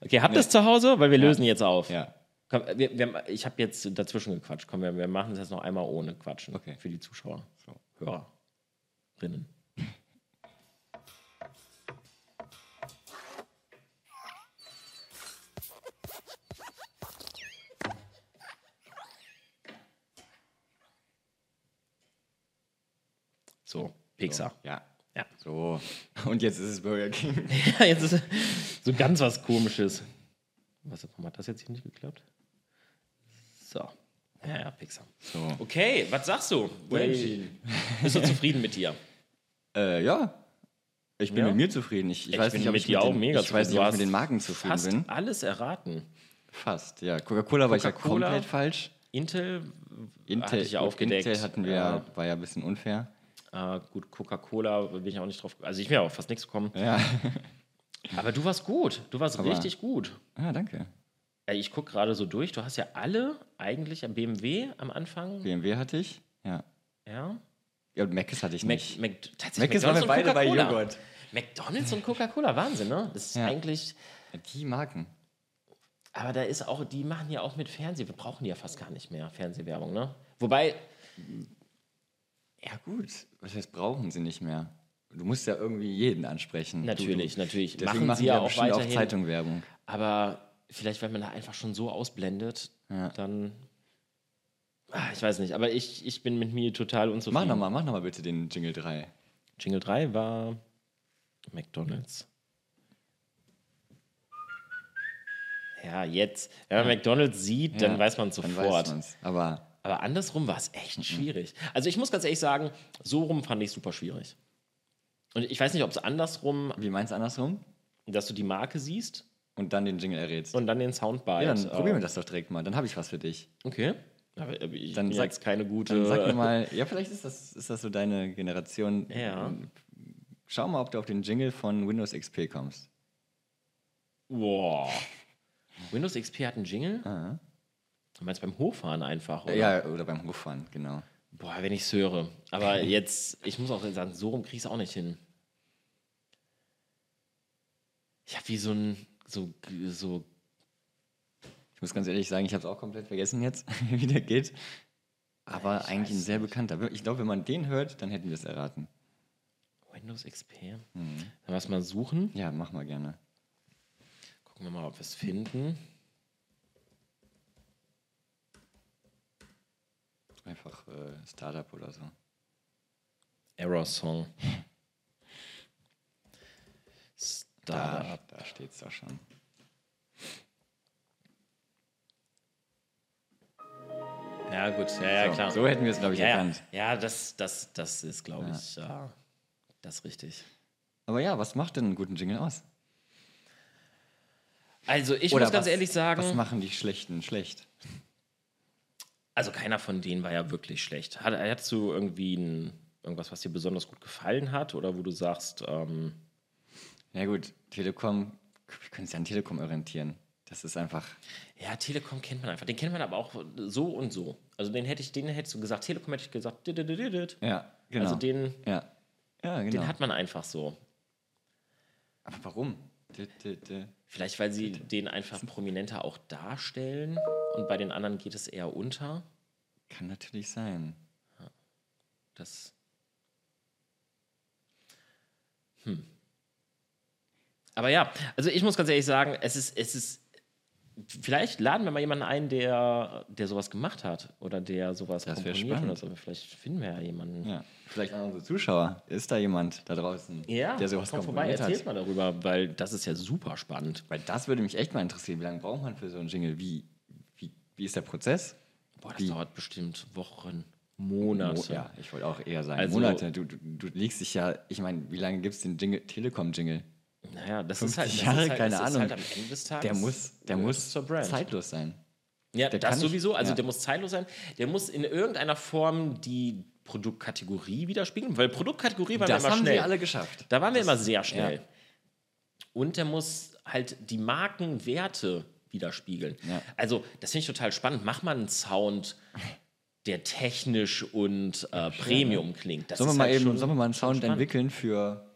Okay, habt ihr es zu Hause? Weil wir lösen jetzt auf. ja. Komm, äh, wir, wir, ich habe jetzt dazwischen gequatscht. Komm, wir, wir machen es jetzt noch einmal ohne Quatschen. Okay. Für die Zuschauer. So. Hörerinnen. So, Pixar. Ja. Ja. So. Und jetzt ist es Burger King. Ja, jetzt ist so ganz was Komisches. Was, warum hat das jetzt hier nicht geklappt? So. Ja, ja, Pixar. So. Okay, was sagst du? Unentschieden. Bist du zufrieden mit dir? Äh, ja. Ich bin Ja? mit mir zufrieden. Ich, ich, Ich weiß bin nicht, ob mit ich dir mit auch den, mega ich zufrieden. weiß nicht, Du ob ich mit den hast Marken zufrieden Hast bin. alles erraten. Fast, ja. Coca-Cola war ich ja Coca-Cola. komplett falsch. Intel, hatte Intel, ich ja aufgedeckt. Intel hatten wir, ja. war ja ein bisschen unfair. Äh, gut, Coca-Cola bin ich auch nicht drauf. Also ich wäre auf fast nichts gekommen. Ja. Aber du warst gut. Du warst Aber- richtig gut. Ah, danke. Ey, ich gucke gerade so durch. Du hast ja alle eigentlich am BMW am Anfang. BMW hatte ich. Ja. Ja. Ja, und Mc's hatte ich Mac, nicht. Mac, tatsächlich Mc's waren wir und beide bei Coca-Cola. Joghurt. McDonalds und Coca-Cola, Wahnsinn, ne? Das ist Ja. eigentlich. Die Marken. Aber da ist auch, die machen ja auch mit Fernsehen. Wir brauchen ja fast gar nicht mehr Fernsehwerbung, ne? Wobei, Ja, gut. Was heißt, brauchen sie nicht mehr? Du musst ja irgendwie jeden ansprechen. natürlich, Du, du. natürlich, Deswegen machen sie wir ja auch bestimmt weiterhin. auch Zeitung Werbung. Aber vielleicht, wenn man da einfach schon so ausblendet, Ja. dann. Ah, ich weiß nicht, aber ich, ich bin mit mir total Mach unzufrieden. nochmal, mach nochmal bitte den Jingle 3. Jingle 3 war McDonalds. Ja, jetzt. Wenn man McDonalds sieht, dann Ja, weiß man Dann sofort. weiß Mhm. man's. Aber Aber andersrum war es echt schwierig. Also ich muss ganz ehrlich sagen, so rum fand ich super schwierig. Und ich weiß nicht, ob es andersrum, wie meinst du andersrum? dass du die Marke siehst Und dann den Jingle errätst. und dann den Soundbite. ja, dann äh, probieren wir das doch direkt mal. Dann habe ich was für dich. Okay. Aber aber ich Dann dann bin sag- jetzt keine gute. Dann sag mir mal, ja, vielleicht ist das, ist das so deine Generation. Ja. Schau mal, ob du auf den Jingle von Windows XP kommst. Boah. Windows XP hat einen Jingle? Ah. Du meinst beim Hochfahren einfach, oder? Ja, oder beim Hochfahren, genau. Boah, wenn ich es höre. Aber jetzt, ich muss auch sagen, so rum krieg ich es auch nicht hin. Ich habe wie so ein, so, so, Ich muss ganz ehrlich sagen, ich habe es auch komplett vergessen jetzt, wie der geht. Aber Ich eigentlich ein weiß sehr bekannter. Ich glaube, wenn man den hört, dann hätten wir es erraten. Windows XP. Mhm. Dann lass mal suchen. Ja, mach mal gerne. Gucken wir mal, ob wir es finden. Einfach äh, Startup oder so. Error Song. Da, Startup. da steht es doch schon. Ja, gut. Ja, ja, so, klar. so hätten wir es, glaube ich, ja, ja. erkannt. ja, das, das, das ist, glaube Ja. ich, ja, das ist richtig. Aber ja, was macht denn einen guten Jingle aus? Also, ich muss ganz was, ehrlich sagen. Was machen die Schlechten schlecht? Also keiner von denen war ja wirklich schlecht. Hat, hattest du irgendwie ein, irgendwas, was dir besonders gut gefallen hat oder wo du sagst, ähm, Na gut, Telekom, wir können uns ja an Telekom orientieren. Das ist einfach. ja, Telekom kennt man einfach. Den kennt man aber auch so und so. Also den hätte ich, den hättest du gesagt, Telekom hätte ich gesagt, dididididid. Ja, genau. also den, ja. ja, genau. den hat man einfach so. Aber warum? D -d -d Vielleicht, weil sie den einfach prominenter auch darstellen und bei den anderen geht es eher unter. Kann natürlich sein. Das. Hm. Hm. Aber ja, also ich muss ganz ehrlich sagen, es ist, es ist. Vielleicht laden wir mal jemanden ein, der, der sowas gemacht hat oder der sowas Das wär oder spannend. so. Vielleicht finden wir ja jemanden. Ja. Vielleicht an unsere Zuschauer. Ist da jemand da draußen, der sowas kommt vorbei, komponiert erzählt hat? mal darüber, weil das ist ja super spannend. Weil das würde mich echt mal interessieren. Wie lange braucht man für so einen Jingle? Wie, wie, wie ist der Prozess? Boah, das Wie? dauert bestimmt Wochen, Monate. Mo- ja, ich wollte auch eher sagen. Also- Monate. Du, du, du legst dich ja. Ich meine, wie lange gibt es den Jingle, Telekom-Jingle? Naja, das ist halt, 50 das Jahre, ist halt, keine das Ahnung. Ist halt am Ende des Tages Der muss, der gehört muss es zur Brand. zeitlos sein. Ja, Der das kann nicht- sowieso. Also ja. der muss zeitlos sein. Der muss in irgendeiner Form die Produktkategorie widerspiegeln, weil Produktkategorie waren Das wir immer haben schnell. sie alle geschafft. da waren wir immer sehr schnell. ja. Und der muss halt die Markenwerte widerspiegeln. Ja. Also das finde ich total spannend. Mach mal einen Sound, der technisch und äh, Premium klingt. Das ne? Sollen wir ist mal halt eben, schon- sollen wir mal einen schon Sound spannend. entwickeln für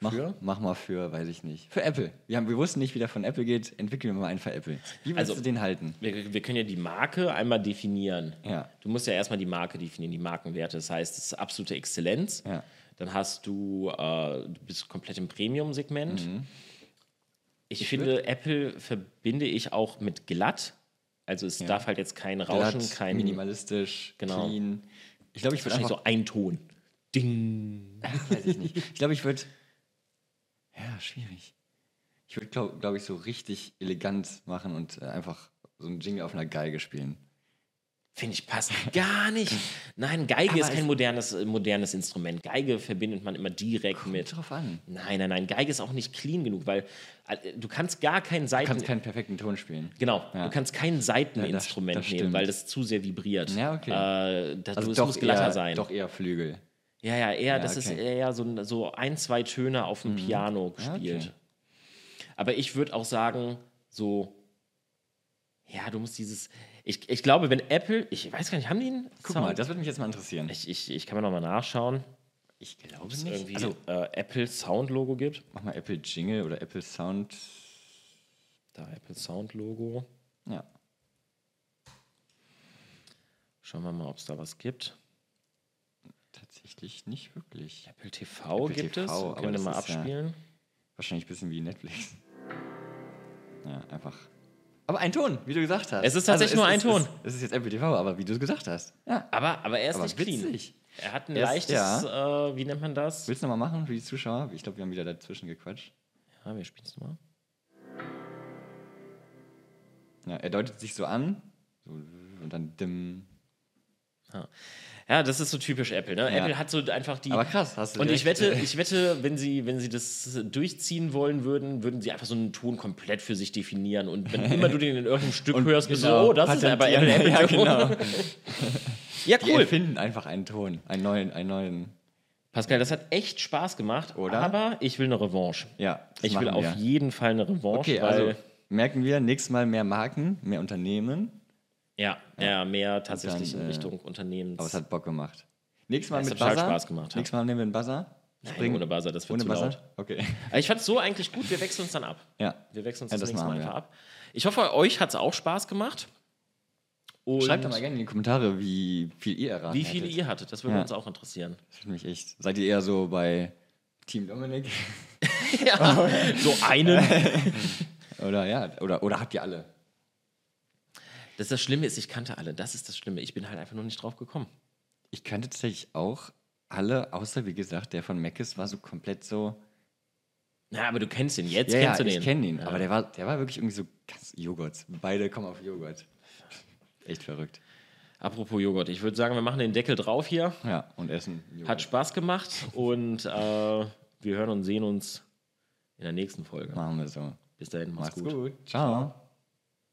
mach, Für? mach mal für, weiß ich nicht. Für Apple. Wir, haben, wir wussten nicht, wie der von Apple geht. Entwickeln wir mal einen für Apple. Wie willst Also- du den halten? Wir, wir können ja die Marke einmal definieren. Ja. Du musst ja erstmal die Marke definieren, die Markenwerte. Das heißt, es ist absolute Exzellenz. Ja. Dann hast du, äh, du bist komplett im Premium-Segment. Mhm. Ich, finde, Apple verbinde ich auch mit glatt. Also es darf halt jetzt kein Rauschen, Glatt, kein minimalisch, Genau. clean. Ich glaube, ich würde wahrscheinlich so einfach, ein Ton. Ding. weiß ich nicht. Ich glaube, ich würde ja, schwierig. Ich würde glaube glaub ich so richtig elegant machen und äh, einfach so einen Jingle auf einer Geige spielen. Finde ich passt gar nicht. Nein, Geige Aber ist es- kein modernes, äh, modernes Instrument. Geige verbindet man immer direkt mit. drauf an. Nein, nein, nein. Geige ist auch nicht clean genug, weil äh, du kannst gar keinen Du Seiten. kannst keinen perfekten Ton spielen. Genau, Ja. du kannst kein Seiteninstrument Ja, das- das nehmen, stimmt. weil das zu sehr vibriert. Ja, okay. Äh, das, es muss glatter eher, sein. doch eher Flügel. Ja, ja, eher, das ist okay. Mhm. eher so, ein- so ein, zwei Töne auf dem Piano gespielt. okay. Aber ich würde auch sagen, so, ja, du musst dieses. Ich, ich glaube, wenn Apple, ich weiß gar nicht, haben die einen Guck Sound? mal, das würde mich jetzt mal interessieren. ich, ich, ich kann mir nochmal nachschauen, Ich glaube ob es irgendwie Also, äh, Apple Sound Logo gibt. mach mal Apple Jingle oder Apple Sound. Da Apple Sound Logo. Ja. Schauen wir mal, ob es da was gibt. Tatsächlich nicht wirklich. Apple TV Apple gibt es. TV, aber Können wir das mal ist ja- abspielen. Wahrscheinlich ein bisschen wie Netflix. Ja, einfach. Aber ein Ton, wie du gesagt hast. Also, Es ist tatsächlich nur ein Ton. Es, es ist jetzt Apple TV, aber wie du es gesagt hast. Ja. Aber, aber er ist Aber nicht witzig. clean. Er hat ein Er ist- leichtes, äh, wie nennt man das? Willst du nochmal machen für die Zuschauer? Ich glaube, wir haben wieder dazwischen gequatscht. Ja, Ah, wir spielen es mal. Ja, er deutet sich so an. So, und dann dim. Ja, das ist so typisch Apple. Ne? Apple hat so einfach die. Aber krass, hast du und ich direkt, wette, äh, ich wette, wenn sie, wenn sie das durchziehen wollen würden, würden sie einfach so einen Ton komplett für sich definieren. Und wenn immer du den in irgendeinem Stück hörst, bist du, Genau, oh, das ist aber Apple. patentieren. Apple Ja, Ton. genau. ja äh, Die cool. erfinden einfach einen Ton. Einen neuen, einen neuen. Pascal, das hat echt Spaß gemacht, Oder? aber ich will eine Revanche. Ja, das ich will machen auf wir. jeden Fall eine Revanche, Okay, weil also merken wir, nächstes Mal mehr Marken, mehr Unternehmen. Ja, ja, mehr tatsächlich dann, in äh, Richtung Unternehmens. Aber es hat Bock gemacht. Nächstes Mal Es mit hat total Buzzer. Spaß gemacht, ja. Nächstes Mal nehmen wir einen Buzzer. Nein, Springen. ohne Buzzer, das wird Ohne zu Buzzer? laut. Okay. Aber ich fand es so eigentlich gut, wir wechseln uns dann ab. Ja. Wir wechseln uns Ja, das, das nächste Mal machen wir. einfach ab. Ich hoffe, euch hat es auch Spaß gemacht. Und Schreibt doch mal gerne in die Kommentare, wie viel ihr erraten wie viele hattet. ihr hattet, das würde Ja. uns auch interessieren. Das würde mich echt. Seid ihr eher so bei Team Dominik? Ja, so einen. Oder ja, oder, oder habt ihr alle? Das, das Schlimme ist, ich kannte alle. Das ist das Schlimme. Ich bin halt einfach nur nicht drauf gekommen. Ich kannte tatsächlich auch alle, außer wie gesagt, der von Meckes war so komplett so. Na, aber du kennst ihn. Jetzt ja, kennst ja, du den. ich kenne ihn, Ja. aber der war, der war wirklich irgendwie so ganz Joghurt. Beide kommen auf Joghurt. Echt verrückt. Apropos Joghurt, ich würde sagen, wir machen den Deckel drauf hier. Ja, und essen. Joghurt. Hat Spaß gemacht und äh, wir hören und sehen uns in der nächsten Folge. Machen wir so. Bis dahin, mach's, Macht's gut. gut. Ciao.